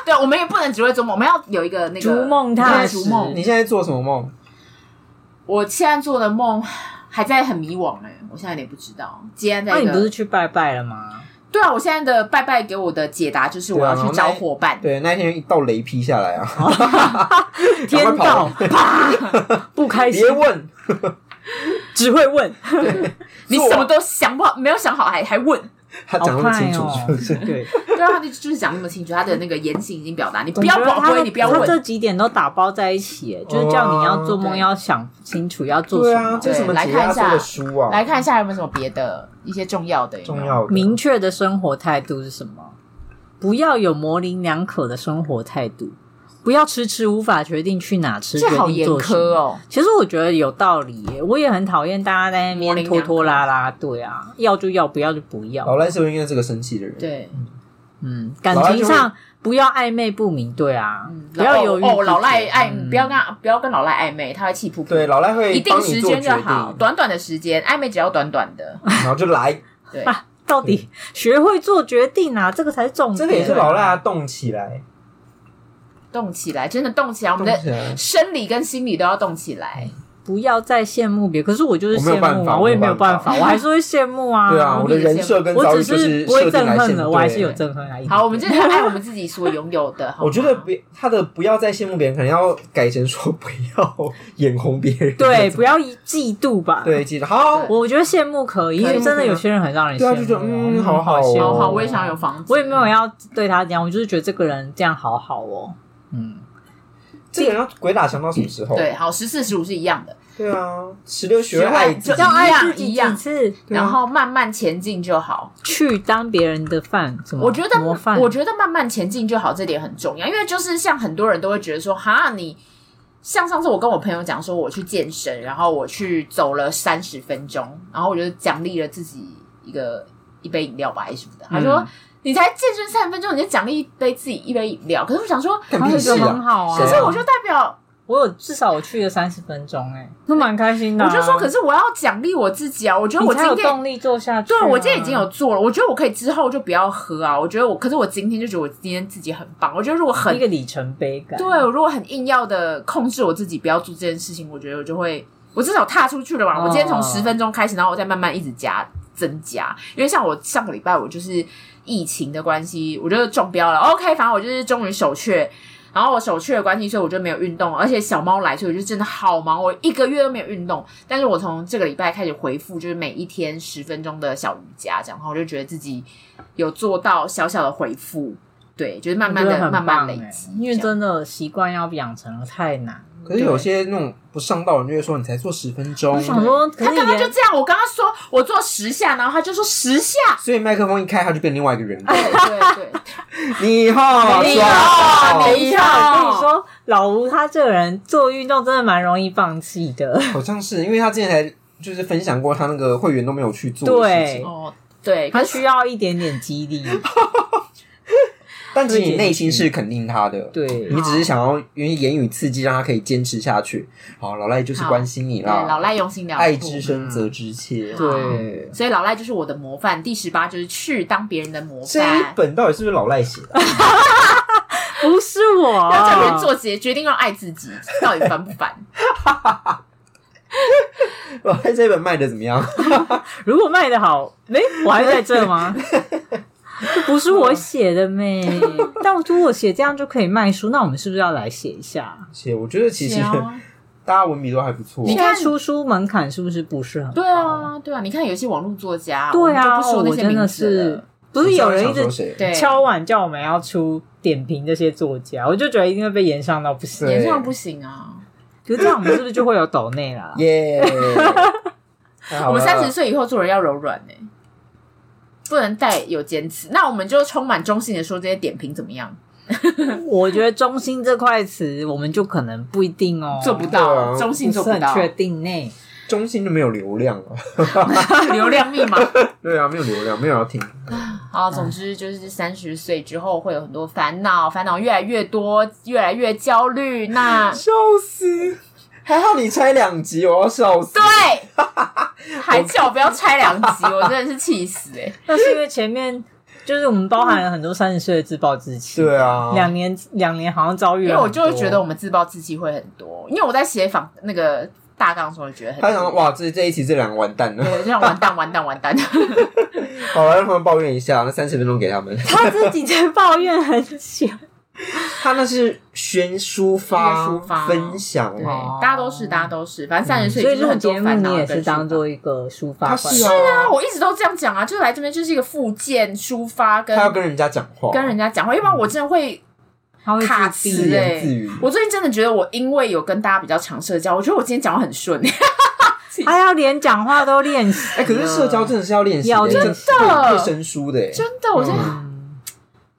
对，我们也不能只会做梦，我们要有一个那个逐梦踏对实逐梦。你现在做什么梦？我现在做的梦还在很迷惘哎、我现在有点不知道。今天那在一啊你不是个去拜拜了吗？对啊，我现在的拜拜给我的解答就是我要去找伙伴。对，啊那一天一道雷劈下来啊，天道赶啪，不开心 [laughs] 别，问，只会问，你什么都想不好，没有想好还还问，他讲那么清楚好快哦是不是？对，对啊，他就就是讲那么清楚，他的那个言行已经表达，你不我要觉得宝他贵，们你不要他这问，几点都打包在一起，哎就是叫你要做哦梦，对要想清楚要 [laughs] 做对什啊，么，这是什么对解来看压一下缩的书啊？来看一下有没有什么别的一些重要的有没有重要的明确的生活态度是什么？不要有模棱两可的生活态度，不要迟迟无法决定去哪吃，决这好定严做什苛么。哦。其实我觉得有道理耶，我也很讨厌大家在那边拖拖拉拉。对啊，要就要，不要就不老要。赖是不是应该是个生气的人？，对，嗯，感老赖情就上不要暧昧不明。对啊，嗯不要犹豫不决。哦，老赖暧，嗯不要跟他不要跟老赖暧昧，他会气噗噗。对，老赖会一定帮你时做间决就定，好，短短的时间，暧昧只要短短的。然后就来，对，到底学会做决定啊，这个才是重点。这个也是老赖啊，动起来，动起来，真的动起来，我动们起的来。生理跟心理都要动起来。不要再羡慕别人。可是我就是我没羡有办慕法啊，我我也没有没有办办法法，我还是会羡慕啊。对啊，我我的也是人设跟我遭遇只就是不会设定来羡憎恨慕，了，我还是有对憎恨啊。好，我们真的爱我们自己所拥有 [laughs] 的。好吗嗯我觉得别他的不要再羡慕别人，可能要改成说不要 [laughs] 眼红别人。 [laughs] 对，不要嫉妒吧。，对，记得好对，我觉得羡慕可以，因可以为真的有些人很让人对羡啊慕。就觉得嗯好好好哦羡慕好好，我也想要有房子。我也没有要对他这样，我就是觉得这个人这样好好哦。嗯，这个人要鬼打墙到什么时候？对，好，十四十五是一样的，对啊，十六学会爱自就己要，爱自己一样几次对啊然后慢慢前进就好。去当别人的饭，什么我觉得嗯模范，，我觉得慢慢前进就好，这点很重要。因为就是像很多人都会觉得说，哈，你像上次我跟我朋友讲说，我去健身，然后我去走了三十分钟，然后我就奖励了自己一个一杯饮料吧，还是什么的。他说。嗯你才健身三十分钟，你就奖励一杯自己一杯饮料。可是我想说，干然后屁事就很啊！好啊。可是我就代表，我有至少我去了三十分钟，哎，那蛮开心的我啊。就说，可是我要奖励我自己啊！我觉得你我今才有天动力做下去啊。对，我今天已经有做了，我觉得我可以之后就不要喝啊。我觉得我，可是我今天就觉得我今天自己很棒。我觉得如果很一个里程碑感。对，我如果很硬要的控制我自己不要做这件事情，我觉得我就会，我至少踏出去了嘛。哦我今天从十分钟开始，然后我再慢慢一直加增加，因为像我上个礼拜我就是疫情的关系，我就中标了。OK，反正我就是终于手雀。然后我手雀的关系，所以我就没有运动，而且小猫来，所以我就真的好忙，我一个月都没有运动。但是我从这个礼拜开始回复，就是每一天十分钟的小瑜伽，这样，然后我就觉得自己有做到小小的回复，对，就是慢慢我觉得的、很慢慢棒累欸积，因为这样真的习惯要养成了太难。可是有些那种不上道的人就会说，你才做十分钟我，想说，他可是哦刚刚你就这样，我跟他说我做十下，然后他就说十下。所以麦克风一开，他就变另外一个人了。对对，你 [laughs] 好，没有抓没到有一下，我跟你说，老吴他这个人做运动真的蛮容易放 [laughs] 弃的。好像是因为他之前才就是分享过，他那个会员都没有去做的事对情， [laughs] 哦，对，他可是需要一点点激励，但其实你内心是肯定他的，对你只是想要因为言语刺激让他可以坚持下去。好，老赖就是关心你对老啦，赖用心良苦，啊爱之深责之切。哎对，所以老赖就是我的模范。第十八就是去当别人的模这一范，本到底是不是老赖写的 [laughs] 啊？不是我要叫别人做决决定要爱自己，到底烦不烦？老赖这一本卖的怎么样？如果卖的好，诶，我还在 [laughs] 这吗？这不是我写的咩？但如果写这样就可以卖书，那我们是不是要来写一下？写，我觉得其实啊 [laughs] 大家文笔都还不错。你现看在出书门槛是不是不是很高？对啊，对啊，你看有些网络作家，对我啊，们就不说那我些真名的字是了，，不是有人一想说直谁？对，敲碗叫我们要出点评这些作家，我就觉得一定会被延上到不行。对演唱不行啊。就这样，我们是不是就会有抖内 [laughs] 啦？耶！太好啊我们了三十岁以后做人要柔软呢、不能带有坚持。那我们就充满中性的说这些点评怎么样？我觉得“中心”这块词，我们就可能不一定哦，做不到，对啊中性不做是不很到，确定呢。中心就没有流量了。 [laughs] 流量密码。对啊，没有流量，没有人要听。 [laughs] 好，总之就是三十岁之后会有很多烦恼，烦恼越来越多，越来越焦虑。那笑死！还好你拆两集，我要笑死。对，还叫我不要拆两集，我真的是气死哎、那是因为前面就是我们包含了很多三十岁的自暴自弃，对啊，两年两年好像遭遇因了为很多，我就会觉得我们自暴自弃会很多，因为我在写访那个大纲的时候，觉得很他想说哇，这这一期这两个完蛋了，对，就想完蛋完蛋完蛋。好了，让他们抱怨一下，那三十分钟给他们。 [laughs] 他自己在抱怨很久，他那是宣抒发、宣抒发分享对，嘛。大家都是，大家都是，反正三十岁所以就是录很多节目烦恼你也跟是当抒发做一个抒发他管是道，啊啊，我一直都这样讲啊，就是来这边就是一个附件抒发跟他要跟人家讲话，跟人家讲话，要不然我嗯真的会。他会卡自词自闭欸言自语。我最近真的觉得我因为有跟大家比较常社交，我觉得我今天讲话很 [laughs] 顺，他要连讲话都练习了。哎、可是社交真的是要练习的，要真真的的会会生疏的耶。欸真的，我真的、嗯，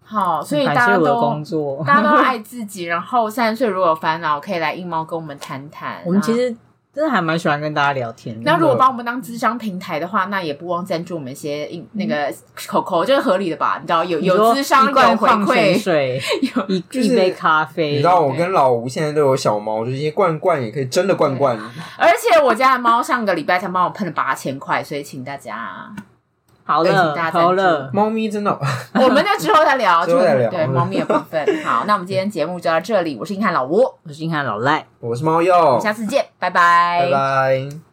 好，所以感大谢家我的都工作。大家都爱自己，然后三十岁如果有烦恼，可以来硬猫跟我们谈谈。我们其啊。实真的还蛮喜欢跟大家聊天的。那如果把我们当智商平台的话，那也不忘赞助我们一些硬那个口口，这是合理的吧？你知道有嗯你有说智商一有罐回矿泉馈，水， [laughs] 有一就是一杯咖啡，你知道我跟老吴现在都有小猫，就是一些罐罐也可以真的罐罐，而且我家的猫上个礼拜才帮我喷了八千块，所以请大 [laughs] 家，好哎了请大家赞助好了，猫咪真的 [laughs] 我们在之后再聊，之后再聊对猫咪的部分。好，那我们今天节目就到这里，我是硬汉老吴，我是硬汉老赖。我是猫我鼬们，下次见，拜拜拜。